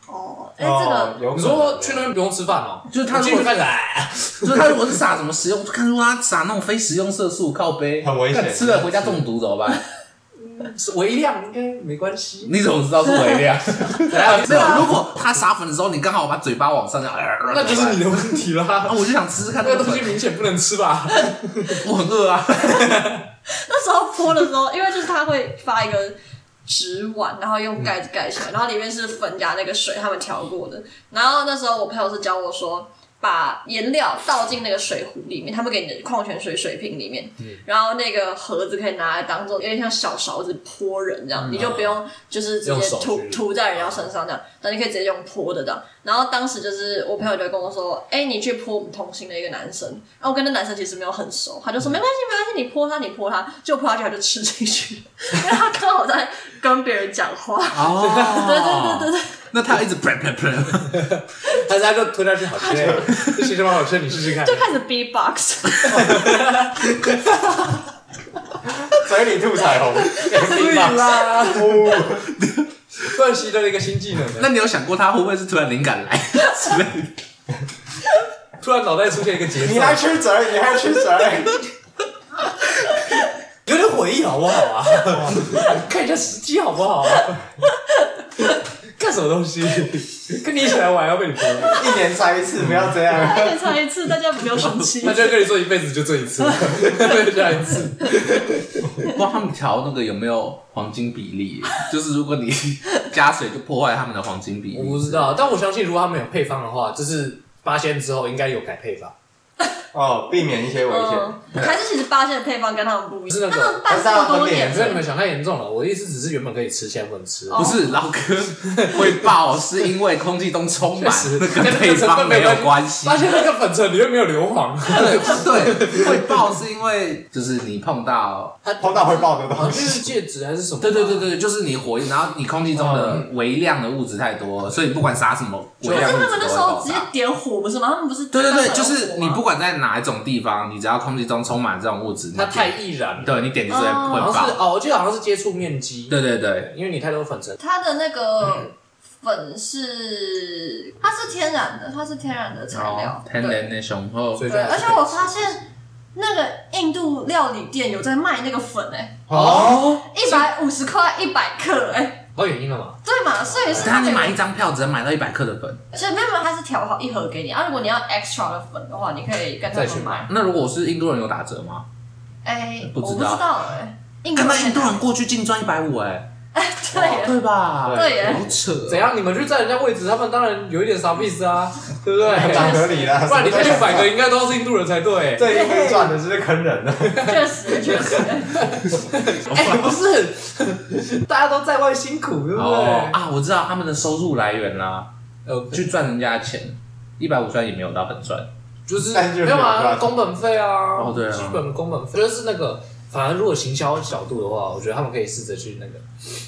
[SPEAKER 4] 哦，哎、这
[SPEAKER 3] 哦，
[SPEAKER 4] 个
[SPEAKER 3] 有
[SPEAKER 2] 你
[SPEAKER 3] 可能
[SPEAKER 2] 说去那边不用吃饭哦，
[SPEAKER 1] 就是他如果
[SPEAKER 2] 进去哎看起来，
[SPEAKER 1] 就是他如果是撒什么食用，看如果他撒那种非食用色素，靠背
[SPEAKER 3] 很危险
[SPEAKER 1] 干吃了回家中毒怎么办？
[SPEAKER 2] 是微量应该哎没关系。
[SPEAKER 1] 你怎么知道是 微
[SPEAKER 2] 啊
[SPEAKER 1] 量？
[SPEAKER 2] 来，
[SPEAKER 1] 没有，如果 他撒粉的时候，你刚好把嘴巴往上，呃那
[SPEAKER 2] 那就是你。的问题
[SPEAKER 1] 啊，
[SPEAKER 2] 啦。
[SPEAKER 1] 我就想吃吃看
[SPEAKER 2] 那
[SPEAKER 1] 那个
[SPEAKER 2] 个东西
[SPEAKER 1] 粉，
[SPEAKER 2] 明显不能吃吧？
[SPEAKER 1] 我很饿啊。
[SPEAKER 4] 那时候泼的时 候，因为就是他会发一个纸碗，然后用盖子盖起来，然后里面是粉加那个水，他们调过的。然后那时候我朋友是教我说，把颜料倒进那个水壶里面，他们给你的矿泉水水瓶里面，
[SPEAKER 2] 嗯
[SPEAKER 4] 然后那个盒子可以拿来当做有点像小勺子泼人这样，你就不用就是直
[SPEAKER 2] 嗯用
[SPEAKER 4] 接
[SPEAKER 2] 手
[SPEAKER 4] 涂
[SPEAKER 2] 去
[SPEAKER 4] 涂在人家身上这样，但你可以直接用泼的这样。然后当时就是我朋友就跟我说，哎、你去泼我们同行的一个男生，然后我跟那男生其实没有很熟，他就说没关系没关系，你泼他你泼他，就泼下去他就吃进去， 因为他刚好在跟别人讲话，
[SPEAKER 2] 啊
[SPEAKER 1] 哦，
[SPEAKER 4] 对对对对对，
[SPEAKER 1] 那他一直 p r
[SPEAKER 2] 还是他就吞下去好吃？这其实蛮好吃，你试试看。
[SPEAKER 4] 就开始 B box，
[SPEAKER 3] 嘴里吐彩 虹，
[SPEAKER 2] 对啦， 突然习得了一个新技能，
[SPEAKER 1] 那你有想过他会不会是突然灵感来之类的？
[SPEAKER 2] 突然脑袋出现一个节奏，
[SPEAKER 3] 你还吃嘴，你还吃嘴，
[SPEAKER 2] 有点回忆好不好 啊？看一下时机好不好啊？干什么东西？ 跟你一起来玩要被你泼，
[SPEAKER 3] 一年才一次，不要这样。
[SPEAKER 4] 一年才一次，大家不要生 气
[SPEAKER 2] 他。就会跟你说一辈子就这一次， 对，下一次。
[SPEAKER 1] 不知道他们调那个有没有黄金比例，就是如果你加水就破坏他们的黄金比
[SPEAKER 2] 我不
[SPEAKER 1] 例。
[SPEAKER 2] 知道，但我相信如果他们有配方的话，就是八仙之后应该有改配方。
[SPEAKER 3] 哦，避免一些危险。
[SPEAKER 4] 嗯，还是其实八仙的配方跟他们不一
[SPEAKER 2] 是那
[SPEAKER 4] 样，
[SPEAKER 2] 个
[SPEAKER 4] 他们拌这么多年
[SPEAKER 3] 还
[SPEAKER 2] 所以你们想太严重了。我的意思只是原本可以吃，现在不能吃。
[SPEAKER 1] 不是老哥会爆，是因为空气中充满
[SPEAKER 2] 是
[SPEAKER 1] 那个配 方没有关系
[SPEAKER 2] 发。现那个粉尘里面没有硫磺，
[SPEAKER 1] 对对，会爆是因为就是你碰到，
[SPEAKER 3] 碰到会爆的
[SPEAKER 2] 好像
[SPEAKER 3] 东西，
[SPEAKER 2] 是戒指还是什么？
[SPEAKER 1] 对对对，对，就是你火，然后你空气中的微量的物质太多，所以你不管撒什么微
[SPEAKER 4] 可是
[SPEAKER 1] 量物
[SPEAKER 4] 他
[SPEAKER 1] 质
[SPEAKER 4] 们那
[SPEAKER 1] 都会
[SPEAKER 4] 时候
[SPEAKER 1] 爆
[SPEAKER 4] 直接
[SPEAKER 1] 炸。
[SPEAKER 4] 点火不是吗？他们不是
[SPEAKER 1] 对对对，
[SPEAKER 4] 当
[SPEAKER 1] 就
[SPEAKER 4] 场有
[SPEAKER 1] 是
[SPEAKER 4] 火吗啊
[SPEAKER 1] 你不管在哪一种地方，你只要空气中充满这种物质，
[SPEAKER 2] 它
[SPEAKER 1] 你
[SPEAKER 2] 太
[SPEAKER 1] 点
[SPEAKER 2] 易燃了。
[SPEAKER 1] 对你点就是会
[SPEAKER 4] 哦
[SPEAKER 2] 好
[SPEAKER 1] 会
[SPEAKER 2] 像是
[SPEAKER 1] 爆。
[SPEAKER 2] 哦，我记得好像是接触面积，
[SPEAKER 1] 对对对，
[SPEAKER 2] 因为你太多粉尘。
[SPEAKER 4] 它的那个粉是它是天然的，它是天然的材料，
[SPEAKER 1] 哦天
[SPEAKER 4] 对
[SPEAKER 1] 然的雄哦厚
[SPEAKER 2] 所，以
[SPEAKER 4] 对，而且我发现那个印度料理店有在卖那个粉哎、
[SPEAKER 2] 哦，
[SPEAKER 4] 一百五十块一百克哎、
[SPEAKER 2] 好原因了嘛？
[SPEAKER 4] 对嘛，所以是
[SPEAKER 1] 但
[SPEAKER 4] 它
[SPEAKER 1] 你
[SPEAKER 4] 给
[SPEAKER 1] 买一张票只能买到一百克的粉。
[SPEAKER 4] 所以没有没有，它是调好一盒给你啊。如果你要 extra 的粉的话，你可以跟他
[SPEAKER 2] 再
[SPEAKER 4] 们
[SPEAKER 2] 去买
[SPEAKER 4] 买。
[SPEAKER 1] 那如果我是印度人有打折吗？
[SPEAKER 4] 哎、
[SPEAKER 1] 不
[SPEAKER 4] 我
[SPEAKER 1] 知
[SPEAKER 4] 不知
[SPEAKER 1] 道
[SPEAKER 4] 道哎、印度
[SPEAKER 1] 看到
[SPEAKER 4] 人
[SPEAKER 1] 印度人过去净赚一百五，哎，
[SPEAKER 4] 哎，对
[SPEAKER 1] 对吧？
[SPEAKER 4] 对耶
[SPEAKER 1] 好扯哦。
[SPEAKER 2] 怎样？你们去占人家位置，他们当然有一点啥意思啊，对不对？
[SPEAKER 3] 讲合理啦。
[SPEAKER 2] 不然你
[SPEAKER 3] 这
[SPEAKER 2] 看六百个，应该都是印度人才对。
[SPEAKER 3] 这一分赚的就是坑人啊的。
[SPEAKER 4] 确实确实，
[SPEAKER 2] 哎，不是， 大家都在外辛苦，对不
[SPEAKER 1] 哦
[SPEAKER 2] 对？
[SPEAKER 1] 啊，我知道他们的收入来源啦，
[SPEAKER 2] 呃，
[SPEAKER 1] 去赚人家的钱，一百五虽然也没有到很赚，
[SPEAKER 2] 就是
[SPEAKER 3] 但就是
[SPEAKER 2] 没有啊，
[SPEAKER 3] 没有赚
[SPEAKER 2] 工本费啊，
[SPEAKER 1] 哦对啊
[SPEAKER 2] 基本工本费就是那个，反正如果行销角度的话，我觉得他们可以试着去那个，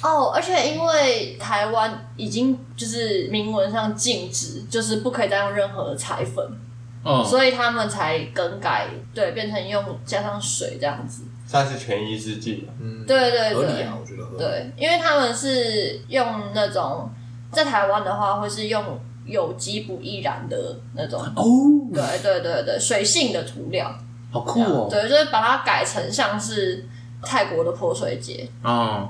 [SPEAKER 4] 哦，而且因为台湾已经就是明文上禁止，就是不可以再用任何的彩粉，
[SPEAKER 1] 嗯，
[SPEAKER 4] 所以他们才更改，对，变成用加上水这样子。
[SPEAKER 3] 算是权宜之计啊了。
[SPEAKER 2] 嗯，
[SPEAKER 4] 对对
[SPEAKER 2] 合理
[SPEAKER 4] 对
[SPEAKER 1] 哦
[SPEAKER 2] 啊，，我觉得合理。
[SPEAKER 4] 对，因为他们是用那种在台湾的话，会是用有机不易燃的那种，
[SPEAKER 1] 哦，
[SPEAKER 4] 对对对对，水性的涂料，
[SPEAKER 1] 好酷哦，
[SPEAKER 4] 对，就是把它改成像是泰国的泼水节，
[SPEAKER 1] 嗯，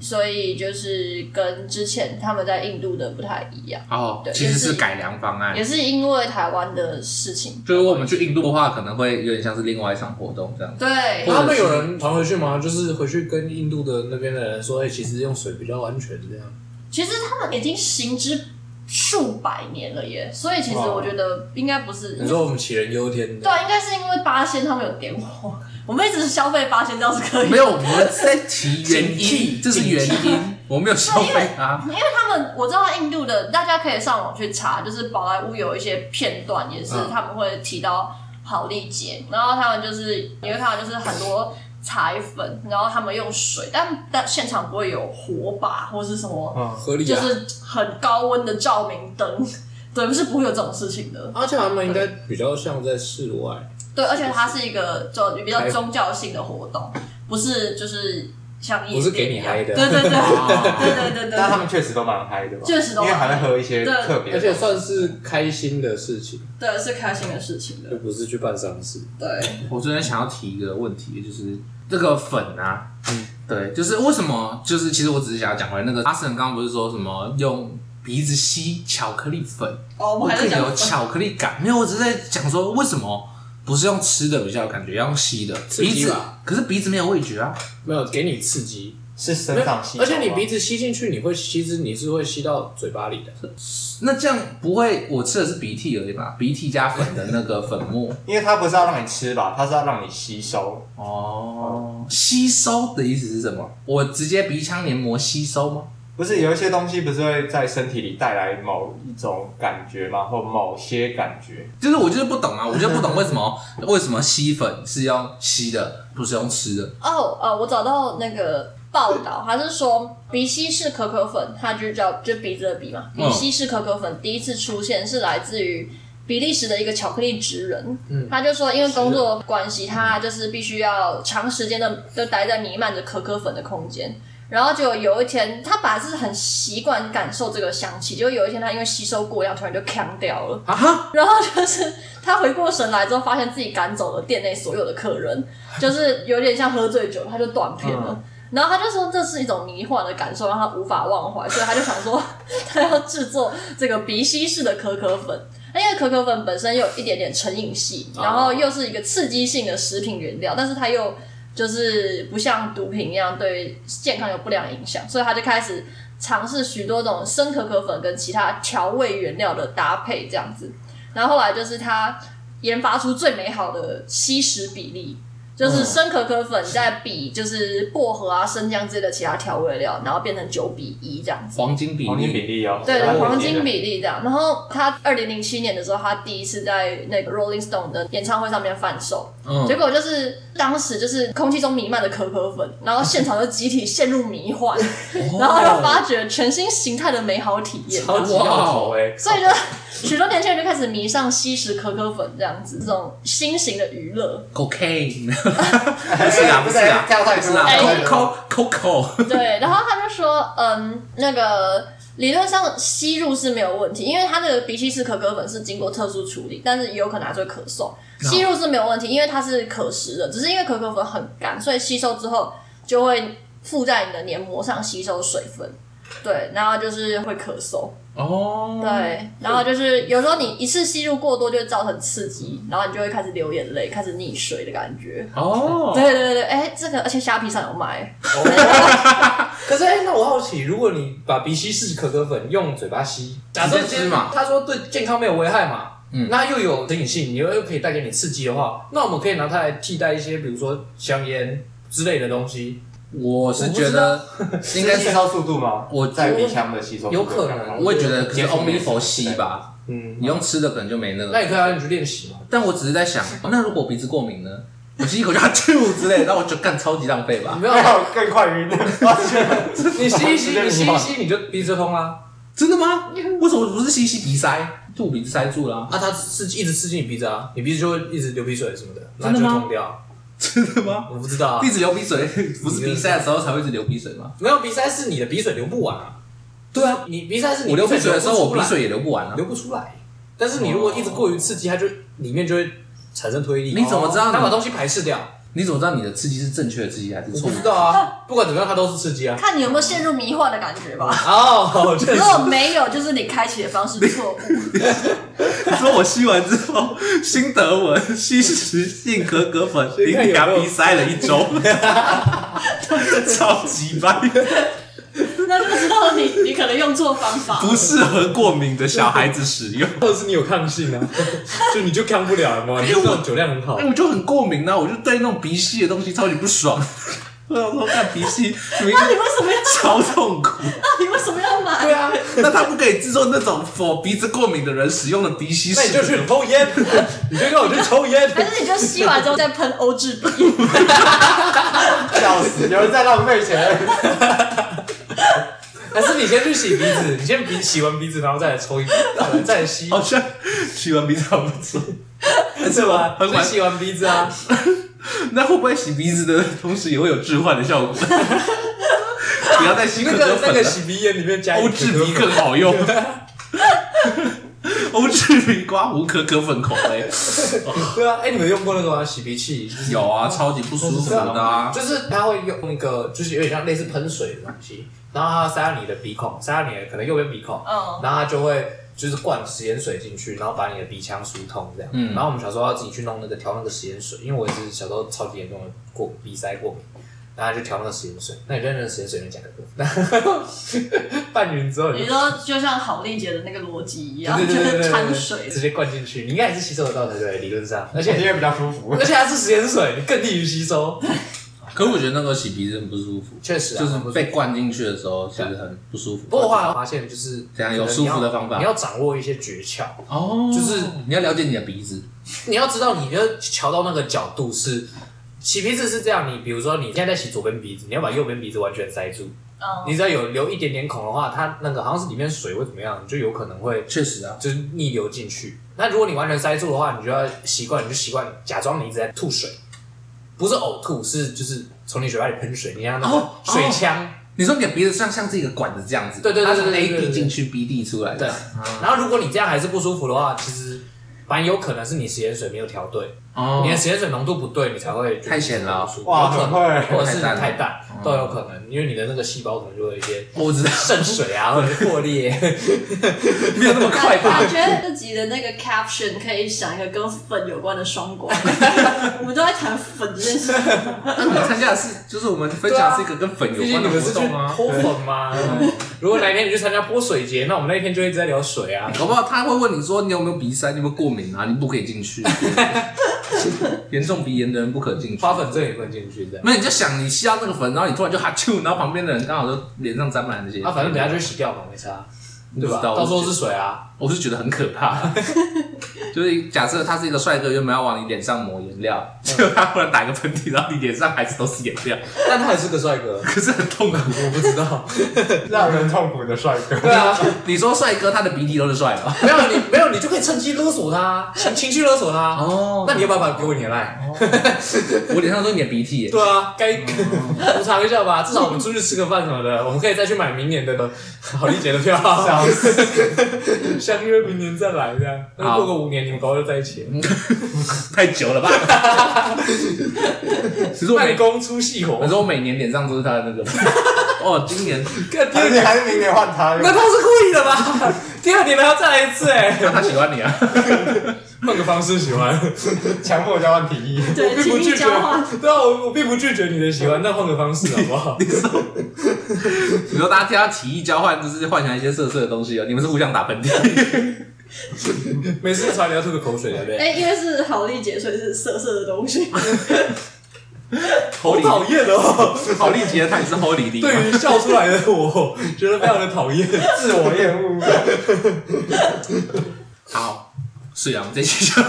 [SPEAKER 4] 所以就是跟之前他们在印度的不太一样，
[SPEAKER 1] 哦，
[SPEAKER 4] 对
[SPEAKER 1] 其实
[SPEAKER 4] 也
[SPEAKER 1] 是
[SPEAKER 4] 是
[SPEAKER 1] 改良方案
[SPEAKER 4] 也。是因为台湾的事情，
[SPEAKER 1] 就是我们去印度的话，可能会有点像是另外一场活动这样子。
[SPEAKER 4] 对
[SPEAKER 1] 或者
[SPEAKER 2] 那
[SPEAKER 1] 是
[SPEAKER 2] 他们有人传回去吗？就是回去跟印度的那边的人说，哎、其实用水比较安全，这样。
[SPEAKER 4] 其实他们已经行之数百年了耶，所以其实
[SPEAKER 2] 哇
[SPEAKER 4] 我觉得应该不是，
[SPEAKER 2] 你说我们杞人忧天
[SPEAKER 4] 对
[SPEAKER 2] 的，
[SPEAKER 4] 啊，应该是因为八仙他们有点火，我们一直消费八仙倒是可 以，
[SPEAKER 1] 没有，我们在提原因，
[SPEAKER 2] 警惕
[SPEAKER 1] 这是原因，我没有消费啊它。
[SPEAKER 4] 因为他们我知道印度的，大家可以上网去查，就是宝莱坞有一些片段也是
[SPEAKER 2] 嗯
[SPEAKER 4] 他们会提到好丽姐，然后他们就是你会看到就是很多彩粉，然后他们用水，但但现场不会有火把或是什么，
[SPEAKER 3] 嗯，
[SPEAKER 2] 合理
[SPEAKER 4] 就
[SPEAKER 2] 啊。
[SPEAKER 4] 是很高温的照明灯， 对，是不会有这种事情的。
[SPEAKER 2] 而且他们应该比较像在室外，
[SPEAKER 4] 对，而且它是一个就比较宗教性的活动，不是就是像夜
[SPEAKER 2] 不是
[SPEAKER 4] 店
[SPEAKER 2] 给你
[SPEAKER 4] 一样
[SPEAKER 2] 嗨的
[SPEAKER 4] 对对对
[SPEAKER 1] 哦
[SPEAKER 4] 对对对对
[SPEAKER 3] 但他
[SPEAKER 4] 对
[SPEAKER 3] 们确实都蛮嗨的吧？
[SPEAKER 4] 确实都蛮
[SPEAKER 3] 因为
[SPEAKER 4] 嗨
[SPEAKER 3] 还会喝一些特别的，
[SPEAKER 2] 而且算是开心的事情，
[SPEAKER 4] 对，是开心的事情的
[SPEAKER 2] 就，不是去办丧事。
[SPEAKER 4] 对。
[SPEAKER 1] 我昨天想要提一个问题，就是这个粉啊，对，就是为什么？就是其实我只是想要讲回来那个阿森刚刚不是说什么用鼻子吸巧克力粉，
[SPEAKER 4] 哦，我们还
[SPEAKER 1] 更
[SPEAKER 4] 在讲
[SPEAKER 1] 有巧克力感。没有，我只是在讲说为什么不是用吃的比较有感觉，要用吸的。
[SPEAKER 2] 刺激
[SPEAKER 1] 鼻子
[SPEAKER 2] 吧
[SPEAKER 1] 可是鼻子没有味觉啊。
[SPEAKER 2] 没有给你刺激，
[SPEAKER 3] 是
[SPEAKER 2] 没
[SPEAKER 3] 身
[SPEAKER 2] 有
[SPEAKER 3] 上吸收啊
[SPEAKER 2] 而
[SPEAKER 3] 吗，
[SPEAKER 2] 且你鼻子吸进去，你会其实你是会吸到嘴巴里的。
[SPEAKER 1] 那这样不会，我吃的是鼻涕而已嘛，鼻涕加粉的那个粉末
[SPEAKER 3] 因为它不是要让你吃吧，它是要让你吸收。
[SPEAKER 1] 哦。吸收的意思是什么？我直接鼻腔黏膜吸收吗？
[SPEAKER 3] 不是有一些东西不是会在身体里带来某一种感觉吗？或某些感觉？
[SPEAKER 1] 就是我就是不懂啊，我就不懂为什么为什么吸粉是用吸的，不是用吃的。
[SPEAKER 4] 哦，呃，我找到那个报道，他是说鼻吸式可可粉，它就叫就鼻子的鼻嘛，
[SPEAKER 1] 嗯
[SPEAKER 4] 鼻吸式可可粉第一次出现是来自于。比利时的一个巧克力职人，
[SPEAKER 2] 嗯
[SPEAKER 4] 他就说，因为工作关系，他就是必须要长时间的都待在弥漫着可可粉的空间。然后就有一天，他本来是很习惯感受这个香气，就有一天他因为吸收过量，突然就呛掉了。
[SPEAKER 2] 啊哈，
[SPEAKER 4] 然后就是他回过神来之后，发现自己赶走了店内所有的客人，就是有点像喝醉酒，他就断片了。然后他就说这是一种迷幻的感受，让他无法忘怀，所以他就想说他要制作这个鼻吸式的可可粉。那因为可可粉本身有一点点成瘾性，然后又是一个刺激性的食品原料，但是它又就是不像毒品一样对健康有不良影响，所以他就开始尝试许多种生可可粉跟其他调味原料的搭配这样子。然后后来就是他研发出最美好的吸食比例，就是生可可粉再比就是薄荷啊、生姜之类的其他调味料，然后变成九比一这样子。
[SPEAKER 1] 黄金比
[SPEAKER 3] 黄金比
[SPEAKER 1] 例，
[SPEAKER 3] 例哦，
[SPEAKER 4] 对
[SPEAKER 3] 大家
[SPEAKER 4] 对，
[SPEAKER 3] 可以
[SPEAKER 4] 黄
[SPEAKER 3] 记
[SPEAKER 4] 金
[SPEAKER 3] 得
[SPEAKER 4] 比例这样。然后他二零零七年的时候，他第一次在那个 Rolling Stone 的演唱会上面贩售，
[SPEAKER 1] 嗯
[SPEAKER 4] 结，果就是当时就是空气中弥漫着可可粉，然后现场就集体陷入迷幻，
[SPEAKER 1] 哦
[SPEAKER 4] 然后就发掘全新形态的美好体验。
[SPEAKER 2] 超级要头哎，
[SPEAKER 4] 所以就许多年轻人就开始迷上吸食可可粉这样子，这种新型的娱乐。
[SPEAKER 1] cocaine，不是啦，不是啦，
[SPEAKER 3] 跳太
[SPEAKER 1] 不
[SPEAKER 3] 多
[SPEAKER 1] 是啦
[SPEAKER 4] 哎
[SPEAKER 1] ，coco coco，
[SPEAKER 4] 对，然后他就说，嗯，那个理论上吸入是没有问题，因为它那个鼻吸式可可粉是经过特殊处理，但是也有可能还是会咳嗽。吸入是没有问题，因为它是可食的，只是因为可可粉很干，所以吸收之后就会附在你的黏膜上吸收水分。对，然后就是会咳嗽，
[SPEAKER 1] 哦，
[SPEAKER 4] 对，然后就是有时候你一次吸入过多就会造成刺激，然后你就会开始流眼泪，开始溺水的感觉。
[SPEAKER 1] 哦，
[SPEAKER 4] 对对对对，哎、这个而且虾皮上有卖，
[SPEAKER 2] 可是哎、那我好奇，如果你把鼻吸式可可粉用嘴巴吸，假
[SPEAKER 1] 直
[SPEAKER 2] 设
[SPEAKER 1] 接
[SPEAKER 2] 今
[SPEAKER 1] 吃
[SPEAKER 2] 天
[SPEAKER 1] 嘛
[SPEAKER 2] 他说对健康没有危害嘛，
[SPEAKER 1] 嗯
[SPEAKER 2] 那又有成瘾性，你又又可以带给你刺激的话，那我们可以拿它来替代一些，比如说香烟之类的东西，
[SPEAKER 1] 我是觉得应该
[SPEAKER 3] 吸
[SPEAKER 1] 是，
[SPEAKER 3] 收速度吗？
[SPEAKER 1] 我
[SPEAKER 3] 在鼻腔的吸收速度
[SPEAKER 2] 有可能
[SPEAKER 1] 我也觉得可是
[SPEAKER 3] 接触
[SPEAKER 1] only
[SPEAKER 3] 面
[SPEAKER 1] for 吸吧，
[SPEAKER 2] 嗯
[SPEAKER 1] 你，用吃的可能就没那个
[SPEAKER 2] 那。也可以让你去练习嘛。
[SPEAKER 1] 但我只是在想，哦那如果鼻子过敏呢？我吸一口就要吐之类，那我就干超级浪费吧
[SPEAKER 2] 你。没有，啊
[SPEAKER 3] 还有更快晕的，
[SPEAKER 2] 你吸一 吸，你吸一吸，你就鼻子通啊啦、
[SPEAKER 1] 真的 吗？为什么不是吸吸鼻塞？就我鼻子塞住了、
[SPEAKER 2] 啊。啊，它刺激一直刺激你鼻子啊，你鼻子就会一直流鼻水什么的，然
[SPEAKER 1] 真的
[SPEAKER 2] 后就
[SPEAKER 1] 吗
[SPEAKER 2] 会痛掉。
[SPEAKER 1] 真的吗？
[SPEAKER 2] 我不知道啊
[SPEAKER 1] 一，直流鼻水， 不是鼻塞的时候才会一直流鼻水吗？
[SPEAKER 2] 没有鼻塞是你的鼻水流不完啊。
[SPEAKER 1] 对啊，
[SPEAKER 2] 你鼻塞是你
[SPEAKER 1] 我流鼻水的
[SPEAKER 2] 不
[SPEAKER 1] 时候，我
[SPEAKER 2] 出来
[SPEAKER 1] 鼻水也流不完啊。
[SPEAKER 2] 流不出来。但是你如果一直过于刺激，它就里面就会产生推力。
[SPEAKER 1] 你怎么知道你
[SPEAKER 2] 它把东西排斥掉？
[SPEAKER 1] 你怎么知道你的刺激是正确的刺激还是
[SPEAKER 2] 我
[SPEAKER 1] 错
[SPEAKER 2] 不
[SPEAKER 1] 误的
[SPEAKER 2] 知？道啊，不管怎么样，它都是刺激啊。
[SPEAKER 4] 看你有没有陷入迷幻的感觉吧。
[SPEAKER 2] 哦，确
[SPEAKER 4] 如
[SPEAKER 2] 实，
[SPEAKER 4] 果没有，就是你开启的方式错误。
[SPEAKER 1] 你 说我吸完之后，新德文吸食性可可粉
[SPEAKER 2] 谁看有没有
[SPEAKER 1] 塞了一周， 超级白，
[SPEAKER 4] 那就知道你你可能用错方法。
[SPEAKER 1] 适合过敏的小孩子使 用。
[SPEAKER 2] 或者是你有抗性啊，就你就抗不了嘛。你
[SPEAKER 1] 因为我
[SPEAKER 2] 这种酒量很好
[SPEAKER 1] 因为，哎我就很过敏啊，我就对那种鼻息的东西超级不爽。我想说，看鼻 息，明
[SPEAKER 4] 那你
[SPEAKER 1] 明
[SPEAKER 4] 为什么要？
[SPEAKER 1] 超痛苦。
[SPEAKER 4] 那你为什么要买？对啊，
[SPEAKER 1] 那他不可以制作那种 for 鼻子过敏的人使用的鼻息
[SPEAKER 2] 那你就
[SPEAKER 1] 水？
[SPEAKER 2] 去抽烟，你就跟我去抽烟。
[SPEAKER 4] 还是你就吸完之后再喷欧制笔？
[SPEAKER 3] 笑死，有人在浪 费钱。
[SPEAKER 2] 还是你先去洗鼻子，你先鼻洗完鼻子，然后再来抽一，再来再来吸，
[SPEAKER 1] 好像洗完鼻子好不错，
[SPEAKER 2] 是吧？
[SPEAKER 1] 很晚
[SPEAKER 2] 先洗完鼻子啊，
[SPEAKER 1] 那会不会洗鼻子的同时也会有置换的效果？ 不要再吸
[SPEAKER 2] 那
[SPEAKER 1] 可
[SPEAKER 2] 个
[SPEAKER 1] 可
[SPEAKER 2] 那
[SPEAKER 1] 粉
[SPEAKER 2] 个
[SPEAKER 1] 了，
[SPEAKER 2] 洗鼻液里面加一
[SPEAKER 1] 欧
[SPEAKER 2] 个
[SPEAKER 1] 治鼻更好用。 欧治鼻刮胡可可粉口 味
[SPEAKER 2] 对啊，哎，你们用过那个吗？洗鼻器？
[SPEAKER 1] 有啊，超级不舒服的啊！
[SPEAKER 2] 就是它会用那个，就是有点像类似喷水的东西，然后它塞到你的鼻孔，塞到你的可能右边鼻孔，
[SPEAKER 4] 嗯
[SPEAKER 2] 然后它就会就是灌食盐水进去，然后把你的鼻腔疏通这样。
[SPEAKER 1] 嗯
[SPEAKER 2] 然后我们小时候要自己去弄那个调那个食盐水，因为我也是小时候超级严重的过鼻塞过敏，然后就调那个食盐水，那你认那个食盐水里面加可可，拌匀之后
[SPEAKER 4] 你
[SPEAKER 2] 你就。
[SPEAKER 4] 说就像郝丽姐的那个逻辑一样，
[SPEAKER 2] 对
[SPEAKER 4] 就
[SPEAKER 2] 对对对对
[SPEAKER 4] 是掺
[SPEAKER 2] 对，
[SPEAKER 4] 水。
[SPEAKER 2] 直接灌进去，你应该也是吸收得到才对，理论上，而且
[SPEAKER 3] 因为比较舒 服
[SPEAKER 2] 而。且它是食盐水，你更利于吸收。
[SPEAKER 1] 可我觉得那个洗鼻子很不舒服，
[SPEAKER 2] 确实啊
[SPEAKER 1] 就是
[SPEAKER 2] 很不舒服
[SPEAKER 1] 被灌进去的时候，其实很不舒服。
[SPEAKER 2] 不过后来我发现就是
[SPEAKER 1] 怎样有舒服的方法
[SPEAKER 2] 你要掌握一些诀窍，
[SPEAKER 1] 哦，
[SPEAKER 2] 就是
[SPEAKER 1] 你要了解你的鼻子，
[SPEAKER 2] 你要知道你要瞧到那个角度是。洗鼻子是这样，你比如说你现在在洗左边鼻子，你要把右边鼻子完全塞住。
[SPEAKER 4] 嗯，
[SPEAKER 1] 哦
[SPEAKER 2] 你只要有留一点点孔的话，它那个好像是里面水会怎么样，就有可能会
[SPEAKER 1] 确实啊，
[SPEAKER 2] 就是逆流进去。那如果你完全塞住的话，你就要习惯，你就习惯假装你一直在吐水，不是呕吐，是就是从你嘴巴里喷水，你像那个
[SPEAKER 1] 哦哦
[SPEAKER 2] 水枪。
[SPEAKER 1] 你说你的鼻子像像是一个管子这样子，
[SPEAKER 2] 对对对
[SPEAKER 1] 它从
[SPEAKER 2] 对对
[SPEAKER 1] A
[SPEAKER 2] 对对
[SPEAKER 1] 递进去，B 递出来
[SPEAKER 2] 对
[SPEAKER 1] 的。，
[SPEAKER 2] 然后如果你这样还是不舒服的话，其实蛮有可能是你食盐水没有调对，
[SPEAKER 1] 哦
[SPEAKER 2] 你的食盐水浓度不对，你才会
[SPEAKER 1] 太咸了
[SPEAKER 2] 有
[SPEAKER 3] 哇
[SPEAKER 2] 可
[SPEAKER 3] 很会
[SPEAKER 2] 能，或者是你
[SPEAKER 1] 太嗯
[SPEAKER 2] 太淡都有可能，因为你的那个细胞可能就会有一些
[SPEAKER 1] 我知道，
[SPEAKER 2] 渗水啊，或者是破裂，
[SPEAKER 1] 没有那么 快
[SPEAKER 4] 感
[SPEAKER 1] 吧？
[SPEAKER 4] 感觉这集的那个 caption 可以想一个跟粉有关的 双关。我们都在谈粉这件事，
[SPEAKER 1] 啊那你参加的是，就是我们分享是一个跟粉有
[SPEAKER 2] 毕
[SPEAKER 1] 关
[SPEAKER 2] 竟
[SPEAKER 1] 的
[SPEAKER 2] 你们
[SPEAKER 1] 活
[SPEAKER 2] 是去
[SPEAKER 1] 动啊。
[SPEAKER 2] 脱粉嘛， 如果哪一天你去参加泼水节，那我们那一天就一直在聊水啊。
[SPEAKER 1] 搞不好他会问你说你有没有鼻塞，你有没有过敏啊？你不可以进 去，严重鼻炎的人不可进去。
[SPEAKER 2] 花粉症也不能进去这样。
[SPEAKER 1] 没有，你就想你吸到那个粉，然后你突然就哈啾，然后旁边的人刚好就脸上沾满那些。
[SPEAKER 2] 啊，反正等下就会洗掉嘛，没差，对吧？
[SPEAKER 1] 不知道
[SPEAKER 2] 到时候是水啊，
[SPEAKER 1] 我是觉得很可 怕，就是假设他是一个帅哥，原本要往你脸上抹颜料，结果他忽然打个喷嚏，然后你脸上还是都是颜 料，
[SPEAKER 2] 但他还是个帅哥，
[SPEAKER 1] 可是很痛苦。
[SPEAKER 2] 我不 知道。
[SPEAKER 3] 让人痛苦的帅 哥。
[SPEAKER 2] 对啊，
[SPEAKER 1] 你说帅哥，他的鼻涕都是帅的。
[SPEAKER 2] 没有你，没有你就可以趁机勒索他，情情绪勒索他。
[SPEAKER 1] 哦
[SPEAKER 2] 那你要不要把给我你的赖？
[SPEAKER 1] 我脸上都是你的鼻涕耶。
[SPEAKER 2] 对啊，该 补偿一下吧，至少我们出去吃个饭什么的，我们可以再去买明年的好丽姐的票，
[SPEAKER 3] 笑死！
[SPEAKER 2] 相约明年再来这样。那
[SPEAKER 1] 好
[SPEAKER 2] 过个五年，你们搞就在一起了，
[SPEAKER 1] 太久了 吧？只是我
[SPEAKER 2] 办
[SPEAKER 1] 每，
[SPEAKER 2] 公出细
[SPEAKER 1] 我
[SPEAKER 2] 活。
[SPEAKER 1] 说我每年脸上都是他的那个。 哦，今年
[SPEAKER 2] 干第
[SPEAKER 3] 而
[SPEAKER 2] 二
[SPEAKER 3] 且
[SPEAKER 2] 年，
[SPEAKER 3] 还是明年换他，
[SPEAKER 2] 那他是故意的吧？第二年还要再来一次哎、
[SPEAKER 1] 那他喜欢你啊？
[SPEAKER 2] 换个方式喜欢，
[SPEAKER 3] 强迫交换提议。
[SPEAKER 2] 我
[SPEAKER 4] 对，
[SPEAKER 2] 并不
[SPEAKER 4] 亲密
[SPEAKER 2] 拒绝
[SPEAKER 4] 交换，，
[SPEAKER 2] 对啊，我我并不拒绝你的喜欢，但换个方式好不好？
[SPEAKER 1] 你说大家听到提议交换，就是幻想一些色色的东西哦。你们是互相打喷 嚏，
[SPEAKER 2] 每次吵你要吐个口 水，对不对？
[SPEAKER 4] 哎，因为是好丽姐，所以是色色的东 西。
[SPEAKER 1] 好
[SPEAKER 2] 讨厌哦！
[SPEAKER 1] 好力杰，他也是 Holy 弟。
[SPEAKER 2] 对于笑出来的我，觉得非常的讨厌。
[SPEAKER 3] 自我厌恶，
[SPEAKER 1] 好，是啊，我们这一期 就
[SPEAKER 3] 就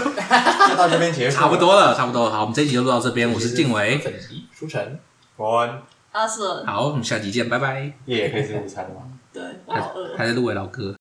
[SPEAKER 3] 到这边结束。
[SPEAKER 1] 差不，多了，差不多了。好，我们这一集就录到这边。我是静伟，
[SPEAKER 2] 粉极舒晨，
[SPEAKER 3] 伯恩
[SPEAKER 4] 阿瑟，
[SPEAKER 1] 好，我们下集见，拜拜。
[SPEAKER 3] 夜也可以吃午餐吗？
[SPEAKER 4] 对，我好饿。
[SPEAKER 1] 还在录伟老哥。